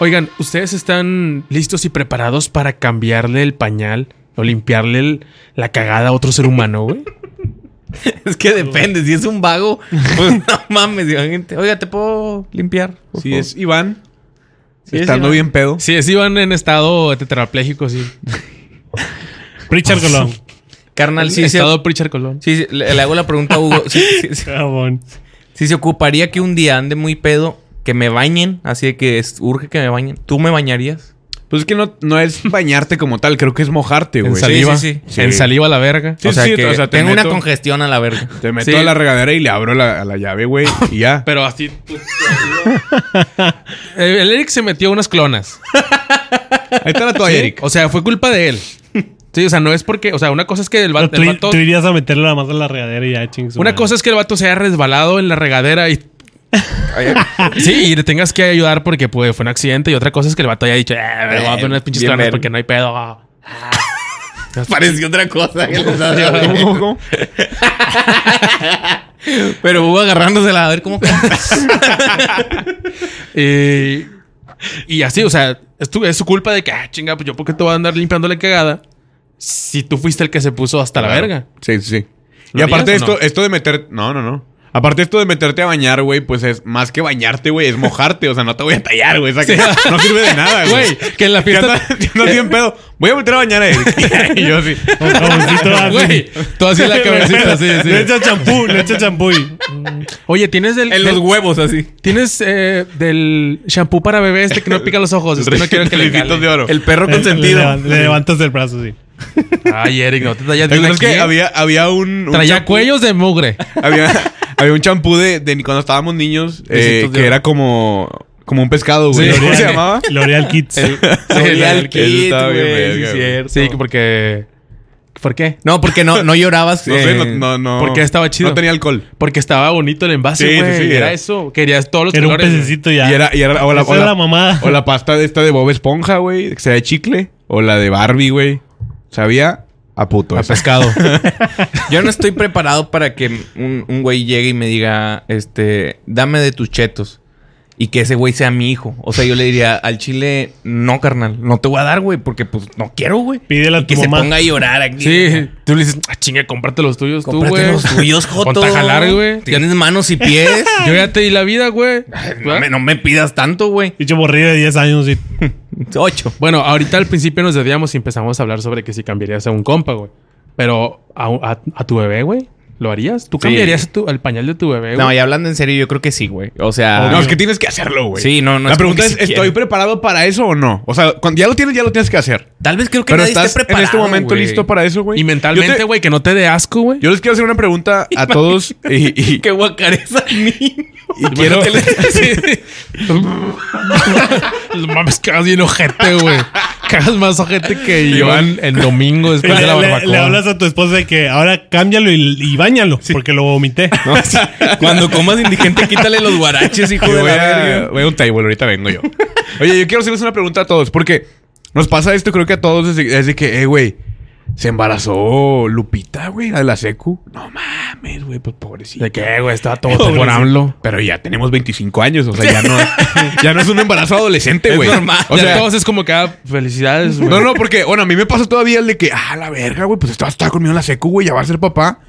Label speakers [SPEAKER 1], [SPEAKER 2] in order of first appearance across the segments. [SPEAKER 1] Oigan, ¿ustedes están listos y preparados para cambiarle el pañal o limpiarle el- la cagada a otro ser humano, güey?
[SPEAKER 2] Es que depende, si es un vago, pues no mames, digo, gente. Oiga, ¿te puedo limpiar? por
[SPEAKER 3] Si
[SPEAKER 2] favor?"
[SPEAKER 3] es Iván,
[SPEAKER 2] Si es
[SPEAKER 3] estando
[SPEAKER 2] Iván.
[SPEAKER 3] bien pedo.
[SPEAKER 1] Sí, así van en estado tetrapléjico, sí.
[SPEAKER 4] Richard
[SPEAKER 1] Pues
[SPEAKER 4] Colón.
[SPEAKER 2] Carnal, sí, se-
[SPEAKER 1] estado Pritchard Colón.
[SPEAKER 2] sí, sí, le, le hago la pregunta a Hugo. Si
[SPEAKER 4] Cabrón.
[SPEAKER 2] se ocuparía que un día ande muy pedo, que me bañen, así de que es- urge que me bañen. ¿Tú me bañarías?
[SPEAKER 3] Pues es que no, no es bañarte como tal, creo que es mojarte,
[SPEAKER 1] En
[SPEAKER 3] güey.
[SPEAKER 2] sal-
[SPEAKER 1] saliva.
[SPEAKER 2] sí, sí.
[SPEAKER 1] En saliva a la verga.
[SPEAKER 3] Sí,
[SPEAKER 2] o sea,
[SPEAKER 3] sí,
[SPEAKER 2] que
[SPEAKER 3] o sea, te
[SPEAKER 2] tengo una
[SPEAKER 3] meto-
[SPEAKER 2] congestión a la verga.
[SPEAKER 3] Te meto
[SPEAKER 2] Sí.
[SPEAKER 3] a la regadera y le abro la, a la llave, güey, y ya.
[SPEAKER 1] Pero así. Eh, el Eric se metió unas clonas.
[SPEAKER 3] Ahí está la toalla,
[SPEAKER 1] ¿sí?
[SPEAKER 3] Eric.
[SPEAKER 1] O sea, fue culpa de él. Sí, o sea, no es porque. O sea, una cosa es que el, va-
[SPEAKER 4] Pero tú,
[SPEAKER 1] el vato.
[SPEAKER 4] tú irías a meterle la mano a la regadera y ya ching su
[SPEAKER 1] Una
[SPEAKER 4] madre.
[SPEAKER 1] cosa es que el vato se haya resbalado en la regadera y. sí, y le tengas que ayudar porque pues, fue un accidente. Y otra cosa es que el vato haya dicho, eh, me voy a poner unas pinches
[SPEAKER 2] bien
[SPEAKER 1] clonas
[SPEAKER 2] ver-
[SPEAKER 1] porque no hay pedo.
[SPEAKER 2] Pareció otra cosa. que les hacía. Pero Hugo agarrándosela a ver cómo.
[SPEAKER 1] Eh, y así, o sea, es, tu- es su culpa de que, ah, chinga, pues yo, ¿por qué te voy a andar limpiando la cagada? Si tú fuiste el que se puso hasta la
[SPEAKER 3] Claro.
[SPEAKER 1] verga.
[SPEAKER 3] Sí, sí, sí.
[SPEAKER 1] ¿Lo
[SPEAKER 3] Y aparte de
[SPEAKER 1] harías o
[SPEAKER 3] esto,
[SPEAKER 1] no?
[SPEAKER 3] esto de meter... No, no, no. Aparte esto de meterte a bañar, güey, pues es más que bañarte, güey, es mojarte. O sea, no te voy a tallar, güey. o sea, que No sirve de nada,
[SPEAKER 1] Güey,
[SPEAKER 3] güey.
[SPEAKER 1] que en la
[SPEAKER 3] Ya
[SPEAKER 1] fiesta.
[SPEAKER 3] andas- ya andas bien pedo. Voy a meter a bañar a Eric. y yo sí.
[SPEAKER 4] Con jaboncito, así.
[SPEAKER 1] Güey, tú así en la cabecita, sí,
[SPEAKER 4] Le
[SPEAKER 1] sí.
[SPEAKER 4] echa champú, le echa champú. y-
[SPEAKER 1] Oye, ¿tienes del,
[SPEAKER 2] En los
[SPEAKER 1] del-
[SPEAKER 2] huevos, así.
[SPEAKER 1] tienes eh, del shampoo para bebé este que no pica los ojos? Este no quiero que le
[SPEAKER 3] Ricitos
[SPEAKER 1] cale.
[SPEAKER 3] de oro.
[SPEAKER 2] El perro
[SPEAKER 4] Le-
[SPEAKER 2] consentido.
[SPEAKER 4] Eh, Le, levan- le levantas el brazo, sí.
[SPEAKER 1] Ay, Eric, no te tallas
[SPEAKER 3] El
[SPEAKER 1] bien
[SPEAKER 3] caso es
[SPEAKER 1] aquí,
[SPEAKER 3] que
[SPEAKER 1] ¿eh?
[SPEAKER 3] había, había un... un
[SPEAKER 1] Traía
[SPEAKER 3] champú-
[SPEAKER 1] cuellos de mugre.
[SPEAKER 3] Había, había un champú de, de cuando estábamos niños eh,
[SPEAKER 2] Besitos de oro.
[SPEAKER 3] que era como, como un pescado, güey.
[SPEAKER 1] Sí.
[SPEAKER 3] ¿Cómo se
[SPEAKER 4] L'Oreal-
[SPEAKER 3] llamaba?
[SPEAKER 4] L'Oreal Kids.
[SPEAKER 1] L'Oreal
[SPEAKER 2] L'Oreal
[SPEAKER 3] Kit,
[SPEAKER 2] Kit,
[SPEAKER 3] está bien
[SPEAKER 2] güey, sí,
[SPEAKER 3] verga, güey.
[SPEAKER 2] cierto.
[SPEAKER 1] Sí, porque. ¿Por qué?
[SPEAKER 2] No, porque no, no llorabas.
[SPEAKER 3] No sé,
[SPEAKER 2] eh,
[SPEAKER 3] no, no, no.
[SPEAKER 1] porque estaba chido.
[SPEAKER 3] No tenía alcohol.
[SPEAKER 1] Porque estaba bonito el envase,
[SPEAKER 3] Sí, sí,
[SPEAKER 1] güey.
[SPEAKER 3] sí,
[SPEAKER 1] era,
[SPEAKER 3] era.
[SPEAKER 1] eso. Querías todos los
[SPEAKER 4] Era un
[SPEAKER 1] colores, güey.
[SPEAKER 4] pececito ya.
[SPEAKER 3] Y era, y era, o la,
[SPEAKER 4] Esa
[SPEAKER 3] o
[SPEAKER 4] era
[SPEAKER 3] la-
[SPEAKER 4] la mamada.
[SPEAKER 3] o la pasta de esta de Bob Esponja, güey, que sea de chicle. O la de Barbie, güey. Sabía a puto.
[SPEAKER 1] A
[SPEAKER 3] esa.
[SPEAKER 1] pescado.
[SPEAKER 2] Yo no estoy preparado para que un, un güey llegue y me diga, este, dame de tus chetos. Y que ese güey sea mi hijo. O sea, yo le diría al chile, no, carnal, no te voy a dar, güey, porque pues no quiero, güey.
[SPEAKER 4] Pídele a
[SPEAKER 2] Y que
[SPEAKER 4] tu
[SPEAKER 2] se
[SPEAKER 4] mamá.
[SPEAKER 2] ponga a llorar aquí.
[SPEAKER 1] Sí. Tú le dices, ah, chinga, cómprate los tuyos tú,
[SPEAKER 2] Cómprate
[SPEAKER 1] güey.
[SPEAKER 2] los tuyos, Joto.
[SPEAKER 1] Ponte a jalar, güey.
[SPEAKER 2] Tienes manos y pies.
[SPEAKER 1] Yo ya te di la vida, güey.
[SPEAKER 2] no, me, no me pidas tanto, güey.
[SPEAKER 4] Dicho borrido de 10 años, sí.
[SPEAKER 2] Ocho.
[SPEAKER 1] Bueno, ahorita al principio nos debíamos y empezamos a hablar sobre que si cambiarías a un compa, güey. Pero a, a- a tu bebé, güey, ¿lo harías? ¿Tú cambiarías a tu- al pañal de tu
[SPEAKER 3] Eh,
[SPEAKER 1] bebé, güey?
[SPEAKER 2] No, y hablando en serio, yo creo que sí, güey. O sea...
[SPEAKER 3] Ah. No, es que tienes que hacerlo, güey.
[SPEAKER 2] Sí, no, no
[SPEAKER 3] La
[SPEAKER 2] es como
[SPEAKER 3] pregunta
[SPEAKER 2] que
[SPEAKER 3] es,
[SPEAKER 2] si quiero.
[SPEAKER 3] ¿estoy preparado para eso o no? O sea, cuando ya lo tienes, ya lo tienes que hacer.
[SPEAKER 2] Tal vez creo que
[SPEAKER 3] Pero
[SPEAKER 2] nadie esté
[SPEAKER 3] estás en
[SPEAKER 2] preparado,
[SPEAKER 3] este momento
[SPEAKER 2] güey.
[SPEAKER 3] listo para eso, güey.
[SPEAKER 1] Y
[SPEAKER 3] Yo
[SPEAKER 1] mentalmente,
[SPEAKER 3] te-
[SPEAKER 1] güey, que no te dé asco, güey.
[SPEAKER 3] Yo les quiero hacer una pregunta a todos y, y-
[SPEAKER 2] Que guacareza al niño.
[SPEAKER 3] y quiero...
[SPEAKER 1] Sí. Los mames, cagas bien ojete, güey. Cagas más ojete que yo
[SPEAKER 3] Iván.
[SPEAKER 1] el, el domingo
[SPEAKER 4] Le,
[SPEAKER 1] después de la
[SPEAKER 4] le-
[SPEAKER 1] barbacoa.
[SPEAKER 4] le hablas a tu esposa de que ahora cámbialo y, y báñalo, porque lo vomité.
[SPEAKER 2] Cuando comas indigente, quítale los guaraches, hijo
[SPEAKER 3] Yo
[SPEAKER 2] de
[SPEAKER 3] voy,
[SPEAKER 2] la
[SPEAKER 3] a,
[SPEAKER 2] verga.
[SPEAKER 3] voy a un table, ahorita vengo yo. Oye, yo quiero hacerles una pregunta a todos, porque nos pasa esto, creo que a todos, desde, desde que, eh, güey, se embarazó Lupita, güey, la de la secu. No mames, güey, pues pobrecita.
[SPEAKER 1] ¿De qué, güey? Estaba todo por AMLO.
[SPEAKER 3] Pero ya tenemos 25 años, o sea, ya no, ya no es un embarazo adolescente,
[SPEAKER 2] Es
[SPEAKER 3] güey.
[SPEAKER 2] normal.
[SPEAKER 3] O sea,
[SPEAKER 1] entonces como que ah, felicidades, güey.
[SPEAKER 3] no, no, porque, bueno, a mí me pasa todavía el de que, ah, la verga, güey, pues estaba, estaba conmigo en la secu, güey, ya va a ser papá.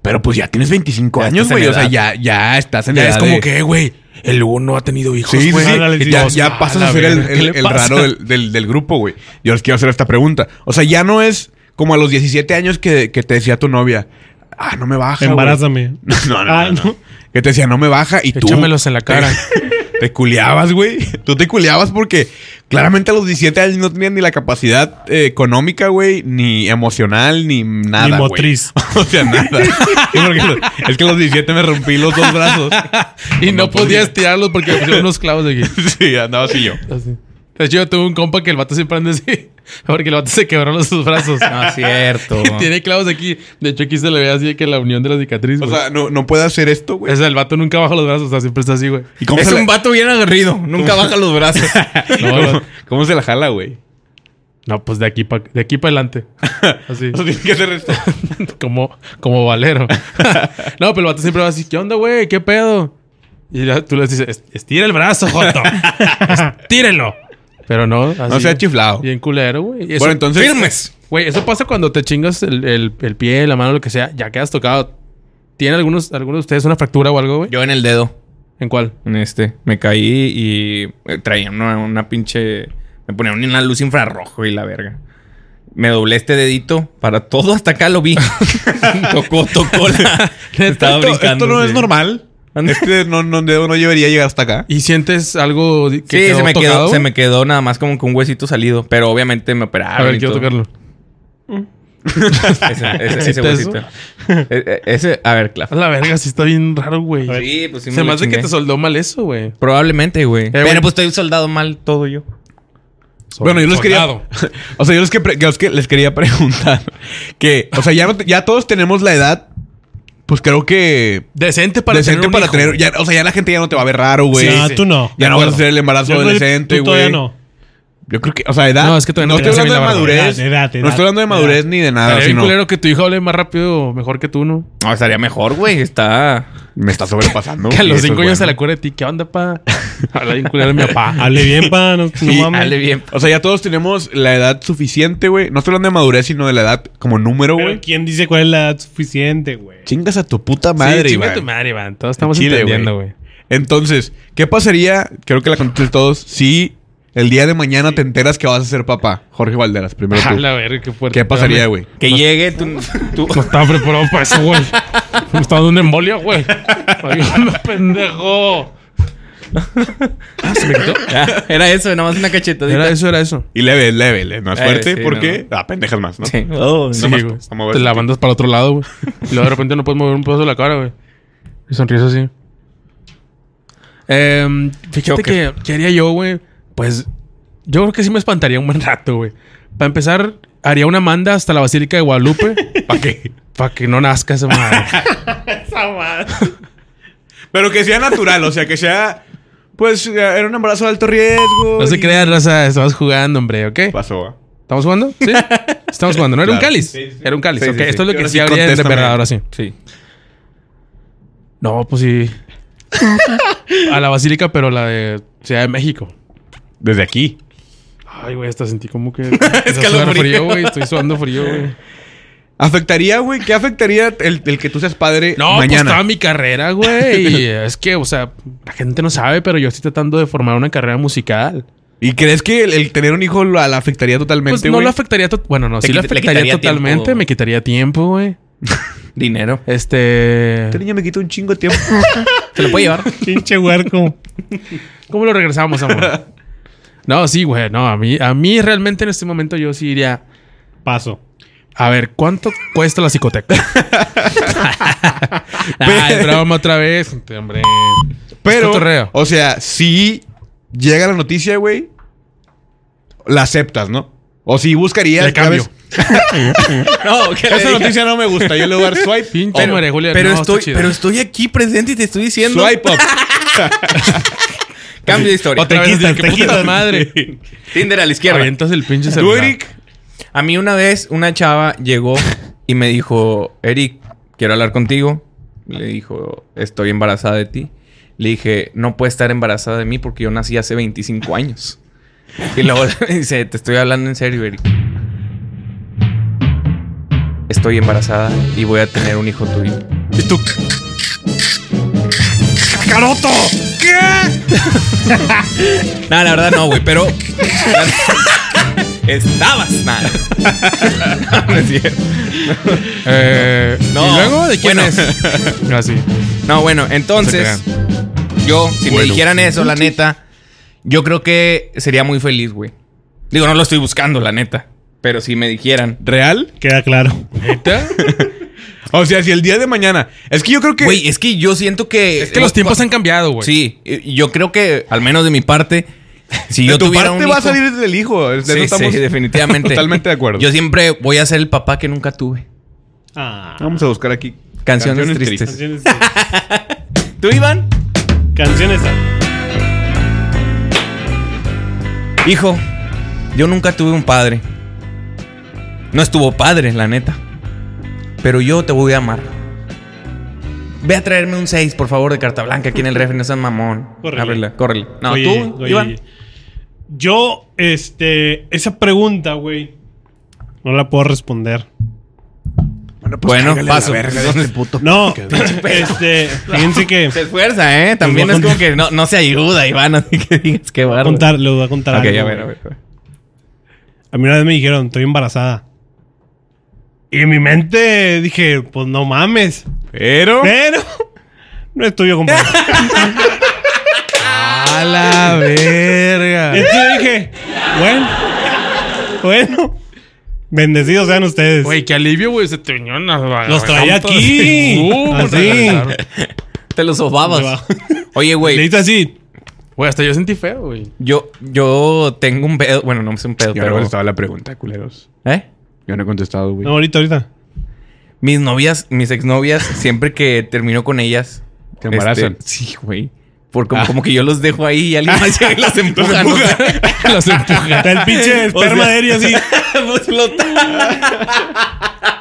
[SPEAKER 3] Pero pues ya tienes 25
[SPEAKER 2] Ya
[SPEAKER 3] años,
[SPEAKER 2] estás en
[SPEAKER 3] güey. O sea,
[SPEAKER 2] edad.
[SPEAKER 3] ya, ya estás en
[SPEAKER 1] Ya
[SPEAKER 3] edad
[SPEAKER 1] es como
[SPEAKER 3] de-
[SPEAKER 1] que, güey, el Hugo no ha tenido hijos,
[SPEAKER 3] Sí, sí,
[SPEAKER 1] güey.
[SPEAKER 3] sí.
[SPEAKER 4] Ándale, sí.
[SPEAKER 3] Ya,
[SPEAKER 4] Dos.
[SPEAKER 3] ya
[SPEAKER 1] Ah,
[SPEAKER 3] pasas
[SPEAKER 1] la
[SPEAKER 3] a ser el,
[SPEAKER 1] verga,
[SPEAKER 3] el-
[SPEAKER 1] ¿qué le
[SPEAKER 3] el
[SPEAKER 1] pasa?
[SPEAKER 3] raro del, del- del grupo, güey. Yo les quiero hacer esta pregunta. O sea, ya no es como a los 17 años que, que te decía tu novia, ah, no me baja. güey".
[SPEAKER 4] Embarázame.
[SPEAKER 3] No, no, no,
[SPEAKER 4] Ah,
[SPEAKER 3] no.
[SPEAKER 4] no.
[SPEAKER 3] Que te decía, no me baja y tú.
[SPEAKER 1] Échamelos en la cara.
[SPEAKER 3] Te, te culeabas, güey. Tú te culeabas porque claramente a los 17 años no tenías ni la capacidad eh, económica, güey, ni emocional, ni nada.
[SPEAKER 4] Ni
[SPEAKER 3] güey.
[SPEAKER 4] motriz.
[SPEAKER 3] o sea, nada. Sí, porque lo- es que a los 17 me rompí los dos brazos.
[SPEAKER 1] y no podías tirarlos porque me pusieron unos clavos aquí.
[SPEAKER 3] sí, andaba así yo.
[SPEAKER 1] Así. De hecho, yo tuve un compa que el vato siempre anda así. Porque el vato se quebró los sus brazos.
[SPEAKER 3] Ah,
[SPEAKER 2] No, es cierto.
[SPEAKER 1] Y tiene clavos aquí. De hecho, aquí se le ve así que la unión de la cicatriz,
[SPEAKER 3] O
[SPEAKER 1] güey.
[SPEAKER 3] sea, no, no puede hacer esto, güey.
[SPEAKER 1] O sea, el vato nunca baja los brazos. O sea, siempre está así, güey.
[SPEAKER 3] ¿Y cómo,
[SPEAKER 2] es
[SPEAKER 3] se
[SPEAKER 2] un
[SPEAKER 3] la,
[SPEAKER 2] vato bien agarrido. Nunca baja los brazos.
[SPEAKER 1] No,
[SPEAKER 3] cómo- cómo se la jala, güey?
[SPEAKER 1] No, pues de aquí para de aquí para adelante. Así.
[SPEAKER 3] Eso tiene que ser esto.
[SPEAKER 1] como, como valero. no, pero el vato siempre va así, ¿qué onda, güey? ¿Qué pedo? Y ya tú le dices, "Est- estira el brazo, Joto. Estírelo. Pero no, así.
[SPEAKER 3] No sea chiflado.
[SPEAKER 1] Bien culero, güey. Y eso-
[SPEAKER 3] Bueno, entonces.
[SPEAKER 2] Firmes.
[SPEAKER 1] Güey, eso pasa cuando te chingas el, el- el pie, la mano, lo que sea. Ya quedas tocado. ¿Tienen algunos, algunos de ustedes una fractura o algo, güey?
[SPEAKER 2] Yo en el dedo.
[SPEAKER 1] ¿En cuál?
[SPEAKER 2] En este. Me caí y eh, traía una, una pinche. Me ponían una luz infrarrojo y la verga. Me doblé este dedito. Para todo hasta acá lo vi. tocó, tocó la. Estaba
[SPEAKER 3] Esto,
[SPEAKER 2] brincando.
[SPEAKER 3] esto no
[SPEAKER 2] sí.
[SPEAKER 3] es normal.
[SPEAKER 2] Anda.
[SPEAKER 3] Este no, no, dedo no llevaría a llegar hasta acá.
[SPEAKER 1] ¿Y sientes algo di- que
[SPEAKER 2] Sí,
[SPEAKER 1] quedó
[SPEAKER 2] se me,
[SPEAKER 1] tocado,
[SPEAKER 2] quedó, se
[SPEAKER 1] güey?
[SPEAKER 2] me quedó nada más como que un huesito salido. Pero obviamente me operaron.
[SPEAKER 1] A ver,
[SPEAKER 2] y
[SPEAKER 1] quiero
[SPEAKER 2] todo.
[SPEAKER 1] tocarlo.
[SPEAKER 2] Ese, ese- ese
[SPEAKER 1] ¿Existe
[SPEAKER 2] huesito. E- e- ese, a ver,
[SPEAKER 1] A
[SPEAKER 2] claro.
[SPEAKER 1] la verga, sí está bien raro, güey.
[SPEAKER 2] Sí, pues sí me
[SPEAKER 1] se me
[SPEAKER 2] lo
[SPEAKER 1] hace que
[SPEAKER 2] chingué.
[SPEAKER 1] te soldó mal eso, güey.
[SPEAKER 2] Probablemente, güey.
[SPEAKER 1] güey.
[SPEAKER 2] Pero pues estoy soldado mal todo yo.
[SPEAKER 3] Bueno, yo les quería.
[SPEAKER 1] Soldado.
[SPEAKER 3] O sea, yo les, que pre- que los que- les quería preguntar que, o sea, ya, no te- ya todos tenemos la edad, pues creo que
[SPEAKER 1] Decente para
[SPEAKER 3] decente
[SPEAKER 1] tener un
[SPEAKER 3] para
[SPEAKER 1] hijo,
[SPEAKER 3] tener.
[SPEAKER 1] güey.
[SPEAKER 3] ya- o sea, ya la gente ya no te va a ver raro, güey.
[SPEAKER 4] no,
[SPEAKER 1] sí.
[SPEAKER 4] tú no.
[SPEAKER 3] Ya no vas a
[SPEAKER 1] acuerdo.
[SPEAKER 3] hacer el embarazo
[SPEAKER 4] Yo creo que
[SPEAKER 3] adolescente,
[SPEAKER 4] tú todavía
[SPEAKER 3] güey.
[SPEAKER 4] no.
[SPEAKER 3] Yo creo que, o sea, edad.
[SPEAKER 1] No, es que todavía no
[SPEAKER 3] estoy
[SPEAKER 1] te crece
[SPEAKER 3] hablando de
[SPEAKER 1] bien la barba.
[SPEAKER 3] madurez.
[SPEAKER 4] Edad, edad, edad.
[SPEAKER 3] no estoy hablando de madurez ni de nada,
[SPEAKER 1] Estaría bien
[SPEAKER 3] sino.
[SPEAKER 1] culero que tu hijo hable más rápido, mejor que tú, ¿no?
[SPEAKER 2] No, estaría mejor, güey. Está.
[SPEAKER 3] Me está sobrepasando.
[SPEAKER 1] que a
[SPEAKER 3] y
[SPEAKER 1] los
[SPEAKER 3] eso es
[SPEAKER 1] cinco años se le
[SPEAKER 3] pues,
[SPEAKER 1] acuerda
[SPEAKER 3] bueno.
[SPEAKER 1] de ti. ¿Qué onda, pa? Habla bien culero de mi papá.
[SPEAKER 4] Hable bien, pa. No, no mames.
[SPEAKER 2] Dale bien.
[SPEAKER 3] O sea, ya todos tenemos la edad suficiente, güey. No estoy hablando de madurez, sino de la edad como número,
[SPEAKER 4] Pero
[SPEAKER 3] güey.
[SPEAKER 4] ¿quién dice cuál es la edad suficiente, güey?
[SPEAKER 3] Chingas a tu puta
[SPEAKER 1] sí,
[SPEAKER 3] madre,
[SPEAKER 1] chinga
[SPEAKER 3] Iván.
[SPEAKER 1] tu madre, Iván. Todos estamos
[SPEAKER 3] Chile,
[SPEAKER 1] entendiendo, güey.
[SPEAKER 3] Entonces, ¿qué pasaría? Creo que la contesten todos. Si el día de mañana te enteras que vas a ser papá, Jorge Valderas, primero
[SPEAKER 1] A
[SPEAKER 3] tú.
[SPEAKER 1] la verga, qué fuerte.
[SPEAKER 3] ¿Qué pasaría, güey?
[SPEAKER 2] Que llegue tu. tu-
[SPEAKER 1] No estaba preparado para eso, güey. Me estaba dando un embolio, güey. Ayúdame, pendejo. Ah, se me quitó.
[SPEAKER 2] Ah, era eso, nada más una cachetadita.
[SPEAKER 1] Era eso, era eso.
[SPEAKER 3] Y leve, leve, leve. Más
[SPEAKER 2] Eh,
[SPEAKER 3] fuerte,
[SPEAKER 2] sí,
[SPEAKER 3] porque... Ah, pendejas más, ¿no?
[SPEAKER 2] Sí. Oh,
[SPEAKER 1] Sí,
[SPEAKER 2] no más-
[SPEAKER 1] güey.
[SPEAKER 3] a mover
[SPEAKER 1] Te la
[SPEAKER 3] sentido.
[SPEAKER 1] mandas para otro lado, güey. Y luego de repente no puedes mover un pedazo de la cara, güey. Y sonríes así. Em, fíjate que,
[SPEAKER 2] Choque.
[SPEAKER 1] ¿qué haría yo, güey? Pues yo creo que sí me espantaría un buen rato, güey. Para empezar, haría una manda hasta la Basílica de Guadalupe.
[SPEAKER 3] ¿Para qué?
[SPEAKER 1] para que no nazca esa madre.
[SPEAKER 3] Pero que sea natural, o sea, que sea... Pues eh, era un embarazo de alto riesgo.
[SPEAKER 1] No se
[SPEAKER 3] y-
[SPEAKER 1] crean, raza. Estamos jugando, hombre, ¿ok?
[SPEAKER 3] Pasó, ¿ah?
[SPEAKER 1] ¿Estamos jugando? Sí. Estamos jugando. No era un
[SPEAKER 3] Claro.
[SPEAKER 1] cáliz.
[SPEAKER 3] Sí, sí,
[SPEAKER 1] Era un cáliz.
[SPEAKER 2] Sí,
[SPEAKER 1] ok,
[SPEAKER 2] sí, sí.
[SPEAKER 1] esto es lo que
[SPEAKER 3] Ahora
[SPEAKER 1] sí
[SPEAKER 3] sí,
[SPEAKER 1] habría en
[SPEAKER 3] contéstame.
[SPEAKER 1] verdad, ahora sí.
[SPEAKER 2] Sí.
[SPEAKER 1] No, pues sí. A la basílica, pero la de Ciudad de México.
[SPEAKER 3] Desde aquí.
[SPEAKER 1] Ay, güey, hasta sentí como que. es frío, güey. Estoy sudando frío, güey.
[SPEAKER 3] ¿Afectaría, güey? ¿Qué afectaría el, el que tú seas padre
[SPEAKER 1] No, pues
[SPEAKER 3] mañana?
[SPEAKER 1] estaba mi carrera, güey. Y es que, o sea, la gente no sabe, pero yo estoy tratando de formar una carrera musical.
[SPEAKER 3] ¿Y crees que el, el tener un hijo la, la afectaría totalmente,
[SPEAKER 1] Pues
[SPEAKER 3] güey?
[SPEAKER 1] no lo afectaría. to- Bueno, no,
[SPEAKER 2] Te
[SPEAKER 1] sí lo
[SPEAKER 2] quit- le
[SPEAKER 1] afectaría
[SPEAKER 2] quitaría
[SPEAKER 1] totalmente.
[SPEAKER 2] tiempo.
[SPEAKER 1] Me quitaría tiempo, güey.
[SPEAKER 2] Dinero.
[SPEAKER 1] Este.
[SPEAKER 3] Este niño me quitó un chingo de tiempo.
[SPEAKER 2] ¿Se lo puede llevar?
[SPEAKER 4] Pinche huerco.
[SPEAKER 1] ¿Cómo lo regresamos, amor? No, sí, güey. No, a mí, a mí realmente en este momento yo sí iría.
[SPEAKER 4] Paso.
[SPEAKER 1] A ver, ¿cuánto cuesta la psicoteca? ah, es broma otra vez, gente, hombre. Es
[SPEAKER 3] Pero,
[SPEAKER 1] cotorreo.
[SPEAKER 3] o sea, si llega la noticia, güey, la aceptas, ¿no? O si buscarías...
[SPEAKER 1] Le cambio.
[SPEAKER 3] ¿sabes?
[SPEAKER 2] No, que
[SPEAKER 3] Esa noticia no me gusta. Yo le voy a dar swipe.
[SPEAKER 1] Pinche
[SPEAKER 3] Pero-
[SPEAKER 1] María Julia.
[SPEAKER 2] Pero,
[SPEAKER 1] no, está
[SPEAKER 2] estoy,
[SPEAKER 1] chido.
[SPEAKER 2] pero estoy aquí presente y te estoy diciendo.
[SPEAKER 3] Swipe up.
[SPEAKER 2] Cambio de historia.
[SPEAKER 1] Otra
[SPEAKER 4] Te
[SPEAKER 1] vez,
[SPEAKER 4] quitas,
[SPEAKER 1] de que
[SPEAKER 4] te
[SPEAKER 1] puta
[SPEAKER 4] quitas.
[SPEAKER 1] madre.
[SPEAKER 2] Tinder a la
[SPEAKER 1] Que
[SPEAKER 2] izquierda.
[SPEAKER 1] avientas el pinche
[SPEAKER 3] ¿Tú,
[SPEAKER 1] celular.
[SPEAKER 3] Eric?
[SPEAKER 2] A mí una vez una chava llegó y me dijo, Eric, quiero hablar contigo. Le dijo, estoy embarazada de ti. Le dije, no puedes estar embarazada de mí porque yo nací hace 25 años. Y luego me dice, te estoy hablando en serio, Eric. Estoy embarazada y voy a tener un hijo tuyo.
[SPEAKER 1] ¿Y tú? ¡Cacaroto!
[SPEAKER 2] No, la verdad no, güey, pero... Estabas mal. no, no es cierto.
[SPEAKER 1] Eh,
[SPEAKER 2] No.
[SPEAKER 1] ¿Y luego de quién
[SPEAKER 2] Bueno.
[SPEAKER 1] es? Ah, Así.
[SPEAKER 2] No, bueno, entonces,
[SPEAKER 1] No se
[SPEAKER 2] yo, si me
[SPEAKER 3] Bueno.
[SPEAKER 2] dijeran eso, la neta, yo creo que sería muy feliz, güey. Digo, no lo estoy buscando, la neta. Pero si me dijeran.
[SPEAKER 3] ¿Real?
[SPEAKER 4] Queda claro.
[SPEAKER 1] ¿Neta?
[SPEAKER 3] O sea, si el día de mañana... Es que yo creo que...
[SPEAKER 2] Güey, es que yo siento que.
[SPEAKER 1] Es que los tiempos han cambiado, güey.
[SPEAKER 3] pues.
[SPEAKER 2] Sí, y- yo creo que, al menos de mi parte, si
[SPEAKER 3] de
[SPEAKER 2] yo
[SPEAKER 3] tu
[SPEAKER 2] tuviera
[SPEAKER 3] parte
[SPEAKER 2] un
[SPEAKER 3] va a
[SPEAKER 2] hijo-
[SPEAKER 3] salir del hijo. De
[SPEAKER 2] Sí,
[SPEAKER 3] eso
[SPEAKER 2] sí,
[SPEAKER 3] estamos
[SPEAKER 2] definitivamente.
[SPEAKER 3] Totalmente de acuerdo.
[SPEAKER 2] Yo siempre voy a ser el papá que nunca tuve.
[SPEAKER 4] Ah.
[SPEAKER 3] Vamos a buscar aquí.
[SPEAKER 2] Canciones, tristes.
[SPEAKER 4] Canciones.
[SPEAKER 2] ¿Tú, Iván?
[SPEAKER 4] Canciones.
[SPEAKER 2] Hijo, yo nunca tuve un padre. No estuvo padre, la neta. Pero yo te voy a amar. Ve a traerme un 6, por favor, de carta blanca aquí en el refri. No seas mamón.
[SPEAKER 4] Córrele.
[SPEAKER 2] Ábrela, córrele. No,
[SPEAKER 4] Oye,
[SPEAKER 2] tú,
[SPEAKER 4] oye,
[SPEAKER 2] Iván.
[SPEAKER 4] oye. Yo, este, esa pregunta, güey, no la puedo responder.
[SPEAKER 3] Bueno,
[SPEAKER 2] Bueno,
[SPEAKER 3] cáigale a pues la
[SPEAKER 2] paso.
[SPEAKER 3] verga de este puto.
[SPEAKER 4] No, este, fíjense que
[SPEAKER 2] Se esfuerza,
[SPEAKER 3] Pues
[SPEAKER 2] ¿eh? También
[SPEAKER 4] voy a
[SPEAKER 2] es como que no, no se ayuda, Iván. Así que digas que
[SPEAKER 4] voy a
[SPEAKER 2] bárbaro.
[SPEAKER 4] contar, les voy a contar
[SPEAKER 2] Ok,
[SPEAKER 4] algo,
[SPEAKER 2] a ver, a
[SPEAKER 4] güey.
[SPEAKER 2] ver. a ver.
[SPEAKER 4] A mí una vez me dijeron, estoy embarazada. Y en mi mente dije, pues no mames.
[SPEAKER 3] Pero.
[SPEAKER 4] Pero no es tuyo, compadre.
[SPEAKER 1] A la verga.
[SPEAKER 4] Entonces dije, bueno, bueno, bendecidos sean ustedes.
[SPEAKER 1] Güey, qué alivio, güey. Se te unieron las
[SPEAKER 4] Los traía
[SPEAKER 1] juntas.
[SPEAKER 4] aquí.
[SPEAKER 1] Uh,
[SPEAKER 4] Así.
[SPEAKER 1] claro.
[SPEAKER 2] Te lo sobabas. Oye, güey.
[SPEAKER 4] Le hice así.
[SPEAKER 1] Güey, hasta yo sentí feo, güey.
[SPEAKER 2] Yo, yo tengo un pedo. Bueno, no es un pedo,
[SPEAKER 3] Yo no
[SPEAKER 2] pero.
[SPEAKER 3] contestaba la pregunta, culeros.
[SPEAKER 2] ¿Eh?
[SPEAKER 3] Yo no he contestado, güey.
[SPEAKER 4] No, ahorita, ahorita.
[SPEAKER 2] Mis novias, mis exnovias, siempre que termino con ellas.
[SPEAKER 3] Te embarazan.
[SPEAKER 2] este, sí, güey. Por como, como que yo los dejo ahí y alguien más llega y los empuja. ¿no?
[SPEAKER 1] Los empuja.
[SPEAKER 4] Está el pinche esperma de Eri así.
[SPEAKER 2] Pues lo ta-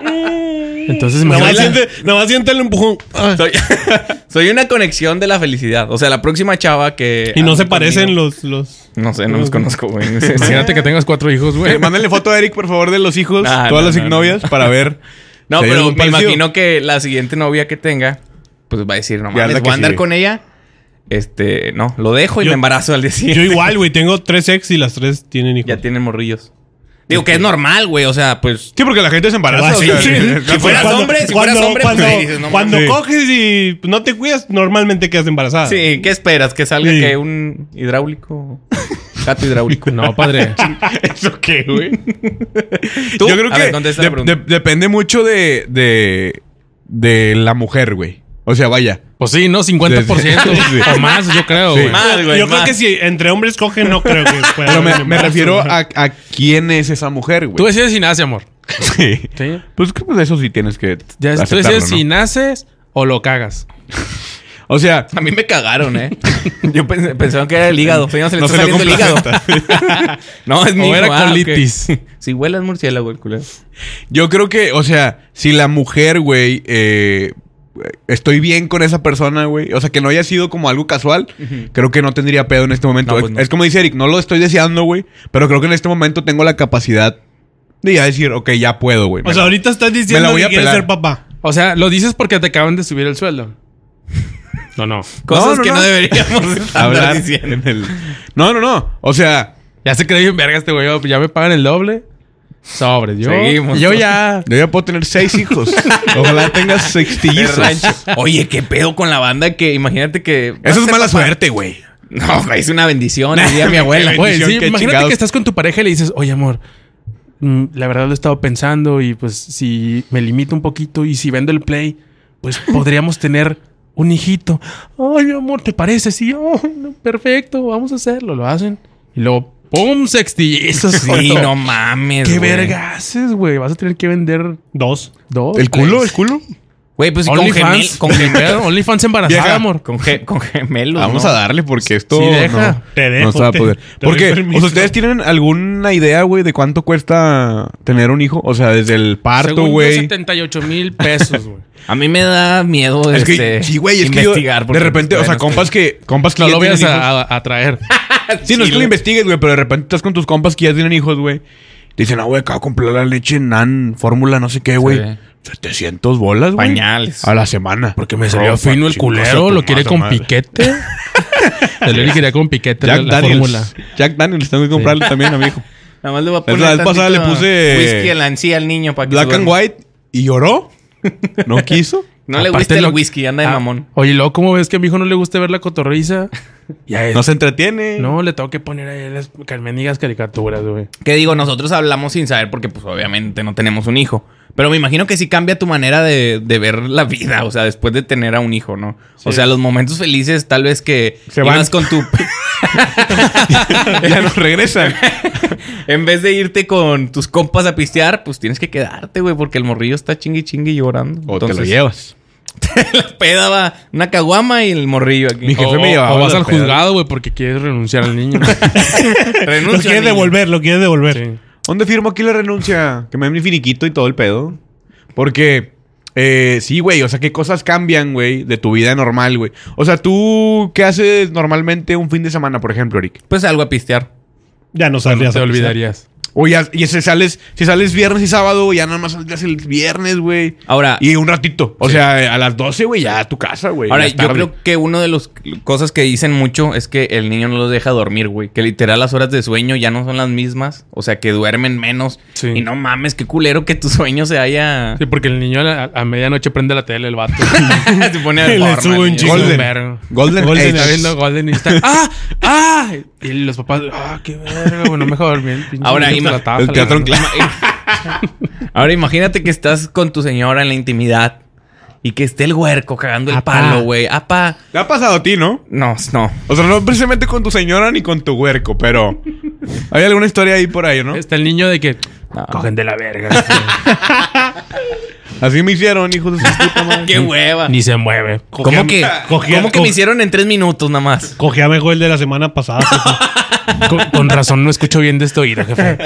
[SPEAKER 1] Entonces,
[SPEAKER 4] Nomás
[SPEAKER 1] imagínate-
[SPEAKER 4] siente, nomás siente el empujón.
[SPEAKER 2] soy, soy una conexión de la felicidad. O sea, la próxima chava que.
[SPEAKER 4] Y no se
[SPEAKER 2] ande
[SPEAKER 4] parecen
[SPEAKER 2] conmigo-
[SPEAKER 4] los, los.
[SPEAKER 2] No sé, no los conozco, güey.
[SPEAKER 1] imagínate que tengas cuatro hijos, güey.
[SPEAKER 3] Eh, mándenle foto a Eric, por favor, de los hijos,
[SPEAKER 2] Nah,
[SPEAKER 3] todas
[SPEAKER 2] no,
[SPEAKER 3] las
[SPEAKER 2] no,
[SPEAKER 3] novias, para ver.
[SPEAKER 2] No,
[SPEAKER 3] si hay
[SPEAKER 2] pero
[SPEAKER 3] algún
[SPEAKER 2] me
[SPEAKER 3] parecido.
[SPEAKER 2] imagino que la siguiente novia que tenga, pues va a decir, no
[SPEAKER 3] Ya es
[SPEAKER 2] mames,
[SPEAKER 3] la
[SPEAKER 2] voy
[SPEAKER 3] que
[SPEAKER 2] a andar
[SPEAKER 3] sigue.
[SPEAKER 2] con ella. Este, no, lo dejo y
[SPEAKER 4] Yo-
[SPEAKER 2] me embarazo al día siguiente.
[SPEAKER 4] Yo igual, güey. Tengo tres ex y las tres tienen hijos.
[SPEAKER 2] Ya tienen morrillos. Digo que es normal, güey. O sea, pues.
[SPEAKER 3] Sí, porque la gente se embaraza.
[SPEAKER 4] Ah,
[SPEAKER 3] o
[SPEAKER 4] sí,
[SPEAKER 3] sea,
[SPEAKER 4] sí.
[SPEAKER 3] sí,
[SPEAKER 2] Si fueras
[SPEAKER 4] Cuando-
[SPEAKER 2] hombre, si
[SPEAKER 4] cuando-
[SPEAKER 2] fueras hombre, pues,
[SPEAKER 4] cuando,
[SPEAKER 2] me dices, no
[SPEAKER 4] cuando
[SPEAKER 2] mames.
[SPEAKER 4] coges y no te cuidas, normalmente quedas embarazada.
[SPEAKER 2] Sí, ¿qué esperas? ¿Que salga
[SPEAKER 4] Ah. Sí.
[SPEAKER 2] que un hidráulico? Gato hidráulico.
[SPEAKER 1] No, padre.
[SPEAKER 2] ¿Eso qué, güey?
[SPEAKER 3] Yo creo que
[SPEAKER 2] contesta
[SPEAKER 3] de-
[SPEAKER 2] la pregunta.
[SPEAKER 3] de- depende mucho de, de, de la mujer, güey. O sea, vaya.
[SPEAKER 1] Pues sí, ¿no? 50%
[SPEAKER 3] Sí.
[SPEAKER 1] o más, yo creo,
[SPEAKER 3] Sí.
[SPEAKER 1] güey.
[SPEAKER 2] Más, güey,
[SPEAKER 4] Yo creo
[SPEAKER 2] más.
[SPEAKER 4] que si entre hombres cogen, no creo que pueda
[SPEAKER 3] Pero
[SPEAKER 4] haber
[SPEAKER 3] me,
[SPEAKER 4] un
[SPEAKER 3] me
[SPEAKER 4] embarazo,
[SPEAKER 3] refiero
[SPEAKER 4] güey.
[SPEAKER 3] a, a quién es esa mujer,
[SPEAKER 1] Tú
[SPEAKER 3] güey.
[SPEAKER 1] decides si nace, amor.
[SPEAKER 3] Sí.
[SPEAKER 1] Sí.
[SPEAKER 3] Pues que pues eso sí tienes que
[SPEAKER 1] Ya, tú
[SPEAKER 3] aceptarlo,
[SPEAKER 1] decides
[SPEAKER 3] ¿no?
[SPEAKER 1] si naces o lo cagas.
[SPEAKER 3] O sea,
[SPEAKER 2] A mí me cagaron, ¿eh? Yo pensé, pensaban que era el hígado. Señor, se le
[SPEAKER 3] No
[SPEAKER 2] está
[SPEAKER 3] se lo
[SPEAKER 2] saliendo el hígado. no, es mi
[SPEAKER 1] O
[SPEAKER 2] hijo.
[SPEAKER 1] era
[SPEAKER 2] Ah, ok.
[SPEAKER 1] colitis.
[SPEAKER 2] Si huele es murciélago el culero.
[SPEAKER 3] yo creo que, o sea, si la mujer, güey, eh, estoy bien con esa persona, güey. O sea, que no haya sido como algo casual, creo que no tendría pedo en este momento.
[SPEAKER 2] No, pues, no.
[SPEAKER 3] Es como dice Eric, no lo estoy deseando, güey. Pero creo que en este momento tengo la capacidad de ya decir, ok, ya puedo, güey.
[SPEAKER 4] O sea, ahorita estás diciendo
[SPEAKER 3] voy
[SPEAKER 4] que
[SPEAKER 3] a
[SPEAKER 4] quieres
[SPEAKER 3] pelar.
[SPEAKER 4] ser papá.
[SPEAKER 1] O sea, lo dices porque te acaban de subir el sueldo. No, no.
[SPEAKER 2] Cosas
[SPEAKER 3] no,
[SPEAKER 2] que no,
[SPEAKER 3] no.
[SPEAKER 2] deberíamos estar
[SPEAKER 3] hablar
[SPEAKER 2] diciendo.
[SPEAKER 3] en el- No, no, no. O sea,
[SPEAKER 1] Ya se cree bien verga este güey. Ya me pagan el doble. Sobres. Yo,
[SPEAKER 2] Seguimos.
[SPEAKER 1] yo ya...
[SPEAKER 3] yo ya puedo tener seis hijos. Ojalá tengas sextillizos.
[SPEAKER 2] Oye, qué pedo con la banda que imagínate que.
[SPEAKER 3] Eso es mala suerte, güey.
[SPEAKER 2] No, güey, es una bendición. diría mi abuela.
[SPEAKER 1] Güey, sí,
[SPEAKER 3] bendición, qué
[SPEAKER 1] imagínate
[SPEAKER 3] chingados.
[SPEAKER 1] que estás con tu pareja y le dices, oye, amor, mm, la verdad lo he estado pensando y pues si me limito un poquito y si vendo el play, pues podríamos tener un hijito. Ay, mi amor, ¿te parece? Sí, ay, no, perfecto, vamos a hacerlo. Lo hacen y luego, ¡pum! Sextillizos.
[SPEAKER 2] Sí,
[SPEAKER 1] Joto.
[SPEAKER 2] no mames.
[SPEAKER 1] ¿Qué
[SPEAKER 2] güey.
[SPEAKER 1] verga haces, güey? Vas a tener que vender
[SPEAKER 4] Dos.
[SPEAKER 1] dos.
[SPEAKER 3] ¿El culo? ¿El culo?
[SPEAKER 2] Güey, pues sí, con, gemel,
[SPEAKER 1] OnlyFans.
[SPEAKER 2] con, gemel-
[SPEAKER 1] OnlyFans embarazada,
[SPEAKER 3] Vieja.
[SPEAKER 1] amor.
[SPEAKER 2] con, ge- con gemelos.
[SPEAKER 3] Vamos
[SPEAKER 2] ¿no?
[SPEAKER 3] a darle porque esto
[SPEAKER 1] Sí, deja.
[SPEAKER 3] no,
[SPEAKER 4] Te dejo,
[SPEAKER 3] no se va a
[SPEAKER 4] ¿eh? te-
[SPEAKER 3] poder.
[SPEAKER 4] te doy
[SPEAKER 3] Porque, o
[SPEAKER 4] permiso.
[SPEAKER 3] sea, ¿ustedes tienen alguna idea, güey, de cuánto cuesta tener un hijo? O sea, desde el parto,
[SPEAKER 1] Según yo,
[SPEAKER 3] güey.
[SPEAKER 1] 78 mil pesos, güey.
[SPEAKER 2] A mí me da miedo
[SPEAKER 3] Es
[SPEAKER 2] este,
[SPEAKER 3] que, sí, güey, es que yo,
[SPEAKER 2] investigar.
[SPEAKER 1] pues,
[SPEAKER 2] pues,
[SPEAKER 3] de repente, o sea, compas que, compas que
[SPEAKER 1] No
[SPEAKER 3] ya
[SPEAKER 1] lo
[SPEAKER 3] tienen
[SPEAKER 1] vayas
[SPEAKER 3] hijos.
[SPEAKER 1] a, a- a traer.
[SPEAKER 3] Sí, no es que lo investigues, güey, pero de repente estás con tus compas que ya tienen hijos, güey. Te dicen, ah, güey, acabo de comprar la leche nan, fórmula, no sé qué, güey.
[SPEAKER 2] Sí.
[SPEAKER 3] 700 bolas, güey.
[SPEAKER 2] Pañales.
[SPEAKER 3] A la semana.
[SPEAKER 1] Porque me salió
[SPEAKER 3] Ropa,
[SPEAKER 1] fino el
[SPEAKER 3] chingas a
[SPEAKER 1] culero,
[SPEAKER 3] tu
[SPEAKER 1] lo quiere
[SPEAKER 3] madre,
[SPEAKER 1] con
[SPEAKER 3] madre.
[SPEAKER 1] piquete. Se lo quería con piquete la,
[SPEAKER 3] Jack
[SPEAKER 1] la
[SPEAKER 3] Daniels.
[SPEAKER 1] fórmula.
[SPEAKER 3] Jack Daniels, tengo que comprarle también a mi hijo.
[SPEAKER 2] Nada más le voy a
[SPEAKER 3] Es
[SPEAKER 2] poner.
[SPEAKER 3] la vez pasada
[SPEAKER 2] tantito
[SPEAKER 3] le puse-
[SPEAKER 2] Whisky en la encía al niño para que.
[SPEAKER 3] Black
[SPEAKER 2] se
[SPEAKER 3] and
[SPEAKER 2] duerma.
[SPEAKER 3] White y lloró. No quiso.
[SPEAKER 2] No le
[SPEAKER 1] Aparte
[SPEAKER 2] gusta el
[SPEAKER 1] lo-
[SPEAKER 2] whisky, anda de
[SPEAKER 1] Ah,
[SPEAKER 2] mamón.
[SPEAKER 1] Oye, luego, ¿cómo ves que a mi hijo no le gusta ver la cotorriza? Ya es.
[SPEAKER 3] No se entretiene.
[SPEAKER 1] No, le tengo que poner ahí las carmenigas caricaturas, güey.
[SPEAKER 2] Que digo, nosotros hablamos sin saber porque, pues, obviamente no tenemos un hijo. Pero me imagino que sí cambia tu manera de, de ver la vida, o sea, después de tener a un hijo, ¿no? O sea, los momentos felices, tal vez que
[SPEAKER 3] Se
[SPEAKER 2] ibas
[SPEAKER 3] van.
[SPEAKER 2] con tu.
[SPEAKER 3] Ya no regresan.
[SPEAKER 2] en vez de irte con tus compas a pistear, pues tienes que quedarte, güey, porque el morrillo está chingui chingui llorando.
[SPEAKER 3] O te lo
[SPEAKER 2] Entonces,
[SPEAKER 3] llevas.
[SPEAKER 2] la peda va una caguama y el morrillo
[SPEAKER 3] Mi
[SPEAKER 2] aquí.
[SPEAKER 3] jefe
[SPEAKER 1] O,
[SPEAKER 3] me llevaba
[SPEAKER 1] o vas
[SPEAKER 3] las
[SPEAKER 1] al
[SPEAKER 3] pedas.
[SPEAKER 1] juzgado, güey, porque quieres renunciar al niño.
[SPEAKER 2] Renuncio,
[SPEAKER 4] Lo quieres
[SPEAKER 2] niño.
[SPEAKER 4] devolver, lo quieres devolver.
[SPEAKER 1] Sí.
[SPEAKER 3] ¿Dónde firmo aquí la renuncia? Que me den mi finiquito y todo el pedo. Porque, eh, sí, güey, o sea, qué cosas cambian, güey, de tu vida normal, güey. O sea, tú, ¿qué haces normalmente un fin de semana, por ejemplo, Eric?
[SPEAKER 2] Pues algo a pistear.
[SPEAKER 4] Ya no
[SPEAKER 2] No
[SPEAKER 4] saldrías.
[SPEAKER 2] te
[SPEAKER 4] a pistear.
[SPEAKER 2] olvidarías.
[SPEAKER 3] O ya, y si sales, si sales viernes y sábado, ya nada más saldrías el viernes, güey.
[SPEAKER 2] Ahora,
[SPEAKER 3] Y un ratito. O
[SPEAKER 2] Sí.
[SPEAKER 3] sea, a las 12, güey, ya a tu casa, güey.
[SPEAKER 2] ahora
[SPEAKER 3] ya es
[SPEAKER 2] yo
[SPEAKER 3] tarde.
[SPEAKER 2] creo que una de las cosas que dicen mucho es que el niño no los deja dormir, güey. Que literal las horas de sueño ya no son las mismas. O sea, que duermen menos.
[SPEAKER 1] Sí.
[SPEAKER 2] Y no mames, qué culero que tu sueño se haya...
[SPEAKER 1] Sí, porque el niño a, la- a medianoche prende la tele, el vato.
[SPEAKER 2] se pone al
[SPEAKER 4] Le
[SPEAKER 2] forma,
[SPEAKER 4] sube un
[SPEAKER 2] niño.
[SPEAKER 4] chingo.
[SPEAKER 1] Golden.
[SPEAKER 3] Golden.
[SPEAKER 1] Verga.
[SPEAKER 3] Golden,
[SPEAKER 4] Golden
[SPEAKER 3] Age.
[SPEAKER 1] Está viendo Golden y está. ¡Ah! ¡Ah! Y los papás. ¡Ah, qué verga! Bueno, mejor dormir. el pinche
[SPEAKER 2] Ahora,
[SPEAKER 1] niño
[SPEAKER 2] ima-
[SPEAKER 1] hasta la taza,
[SPEAKER 3] el
[SPEAKER 1] la
[SPEAKER 3] teatro en
[SPEAKER 1] verga.
[SPEAKER 3] clase.
[SPEAKER 2] Ahora imagínate que estás con tu señora en la intimidad y que esté el huerco cagando el
[SPEAKER 1] Apá.
[SPEAKER 2] palo, güey. Apa.
[SPEAKER 3] ¿Te ha pasado a ti, no?
[SPEAKER 2] No, no.
[SPEAKER 3] O sea, no precisamente con tu señora ni con tu huerco, pero... Hay alguna historia ahí por ahí, ¿no?
[SPEAKER 1] Está el niño de que.
[SPEAKER 2] No.
[SPEAKER 1] Cogen de la verga.
[SPEAKER 3] Así me hicieron, hijos de su puta madre.
[SPEAKER 2] Qué hueva.
[SPEAKER 1] Ni se mueve.
[SPEAKER 2] ¿Cómo que,
[SPEAKER 4] cogía-
[SPEAKER 2] ¿cómo que
[SPEAKER 4] co-
[SPEAKER 2] me hicieron en tres minutos nada más?
[SPEAKER 4] Cogía mejor el de la semana pasada. pues, jefe.
[SPEAKER 1] Con, con razón no escucho bien de esto oído, jefe.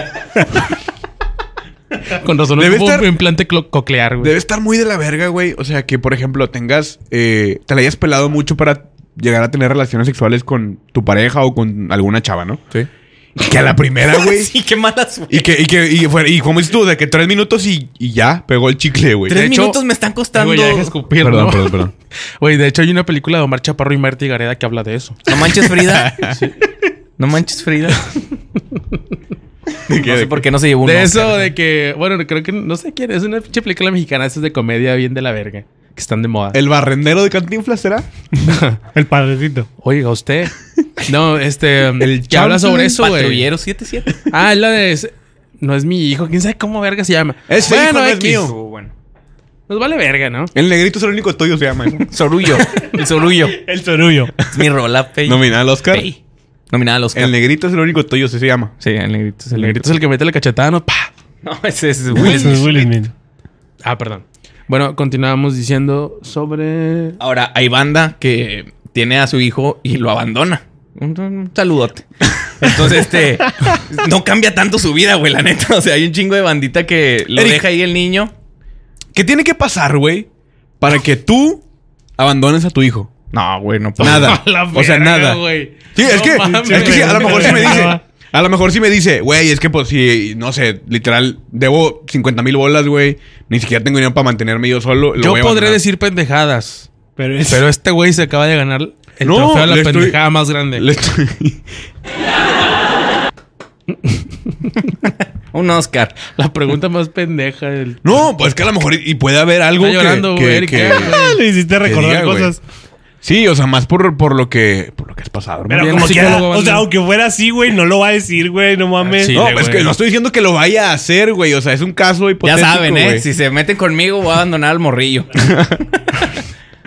[SPEAKER 1] Con razón no
[SPEAKER 3] Debe
[SPEAKER 1] ocupo
[SPEAKER 3] estar-
[SPEAKER 1] un implante clo- coclear, güey.
[SPEAKER 3] Debe estar muy de la verga, güey. O sea, que por ejemplo tengas... eh, te la hayas pelado mucho para llegar a tener relaciones sexuales con tu pareja o con alguna chava, ¿no?
[SPEAKER 2] Sí.
[SPEAKER 3] Y que a la primera, Ah, güey...
[SPEAKER 2] Sí, qué mala suerte.
[SPEAKER 3] Y que, y que, y, fue- y como dices tú, de que tres minutos y, y ya pegó el chicle, güey.
[SPEAKER 2] Tres
[SPEAKER 1] de hecho-
[SPEAKER 2] minutos me están costando.
[SPEAKER 1] Güey, ya deja escupir,
[SPEAKER 3] Perdón,
[SPEAKER 1] ¿no?
[SPEAKER 3] perdón, perdón.
[SPEAKER 1] Güey, de hecho hay una película de Omar Chaparro y Marta Gareda que habla de eso.
[SPEAKER 2] No manches, Frida. No manches, Frida.
[SPEAKER 3] ¿De qué?
[SPEAKER 2] No sé por qué no se llevó un
[SPEAKER 1] De
[SPEAKER 2] Oscar.
[SPEAKER 1] eso, de que, bueno, creo que no sé quién, es una pinche película mexicana, esas de comedia bien de la verga, que están de moda.
[SPEAKER 3] ¿El barrendero de Cantinflas será?
[SPEAKER 4] el padrecito.
[SPEAKER 1] Oiga, usted. No, este. El que habla sobre eso, güey.
[SPEAKER 2] Patrullero 77.
[SPEAKER 1] Ah, es la de. ese- No es mi hijo, quién sabe cómo verga se llama.
[SPEAKER 3] Ese hijo no es
[SPEAKER 1] X.
[SPEAKER 3] mío.
[SPEAKER 2] Estuvo bueno.
[SPEAKER 1] Nos vale verga, ¿no?
[SPEAKER 3] El negrito es el único tuyo, se llama. eso.
[SPEAKER 2] Sorullo. El Sorullo.
[SPEAKER 4] El torullo.
[SPEAKER 2] Es mi rola, pey.
[SPEAKER 3] Nominada al Oscar.
[SPEAKER 2] Pey. Nominada al Oscar.
[SPEAKER 3] El negrito es el único tuyo, sí se llama.
[SPEAKER 2] Sí, el negrito.
[SPEAKER 1] El negrito es el que mete la cachetada, ¿no? ¡Pah!
[SPEAKER 2] No, ese es Will
[SPEAKER 4] Ese
[SPEAKER 2] Smith.
[SPEAKER 4] es Will Smith.
[SPEAKER 1] Ah, perdón. Bueno, continuábamos diciendo sobre.
[SPEAKER 2] Ahora, hay banda que tiene a su hijo y lo abandona. Un, un saludote. Entonces, este, no cambia tanto su vida, güey, la neta. O sea, hay un chingo de bandita que lo
[SPEAKER 3] Eric.
[SPEAKER 2] deja ahí el niño.
[SPEAKER 3] ¿Qué tiene que pasar, güey? Para que tú abandones a tu hijo.
[SPEAKER 2] No, güey, no
[SPEAKER 3] Nada.
[SPEAKER 1] A la
[SPEAKER 3] o sea,
[SPEAKER 1] verga,
[SPEAKER 3] nada.
[SPEAKER 1] güey.
[SPEAKER 3] Sí, es
[SPEAKER 1] No
[SPEAKER 3] que,
[SPEAKER 1] mames,
[SPEAKER 3] es que sí, a lo
[SPEAKER 1] güey.
[SPEAKER 3] mejor sí me dice. A lo mejor sí me dice, güey, es que pues si, no sé, literal, debo 50 mil bolas, güey. Ni siquiera tengo dinero para mantenerme yo solo. lo
[SPEAKER 1] Yo
[SPEAKER 3] voy
[SPEAKER 1] podré
[SPEAKER 3] a abandonar".
[SPEAKER 1] decir pendejadas,
[SPEAKER 4] Pero es.
[SPEAKER 1] pero este güey se acaba de ganar el
[SPEAKER 3] No,
[SPEAKER 1] trofeo de
[SPEAKER 3] le
[SPEAKER 1] la
[SPEAKER 3] estoy-
[SPEAKER 1] pendejada más grande.
[SPEAKER 3] Le estoy-
[SPEAKER 2] Un Oscar.
[SPEAKER 1] La pregunta más pendeja del.
[SPEAKER 3] No, pues que a lo mejor y y puede haber algo
[SPEAKER 1] Está
[SPEAKER 3] que,
[SPEAKER 1] llorando,
[SPEAKER 3] que-
[SPEAKER 1] güey, Eric,
[SPEAKER 3] que-
[SPEAKER 1] ya, güey.
[SPEAKER 4] Ah, le hiciste recordar
[SPEAKER 3] diga, güey.
[SPEAKER 4] cosas.
[SPEAKER 3] Sí, o sea, más por, por lo que por lo que has pasado, hermano.
[SPEAKER 4] Pero
[SPEAKER 1] Bien,
[SPEAKER 4] como
[SPEAKER 1] psicólogo,
[SPEAKER 4] quiera, o
[SPEAKER 1] banda.
[SPEAKER 4] sea, aunque fuera así, güey, no lo va a decir, güey, no mames.
[SPEAKER 1] sí.
[SPEAKER 4] No,
[SPEAKER 3] No,
[SPEAKER 1] Dile,
[SPEAKER 3] pues
[SPEAKER 1] güey.
[SPEAKER 3] que no estoy diciendo que lo vaya a hacer, güey. O sea, es un caso
[SPEAKER 2] Ya
[SPEAKER 3] hipotético.
[SPEAKER 2] saben, ¿eh?
[SPEAKER 3] güey.
[SPEAKER 2] Si se meten conmigo, voy a abandonar al morrillo.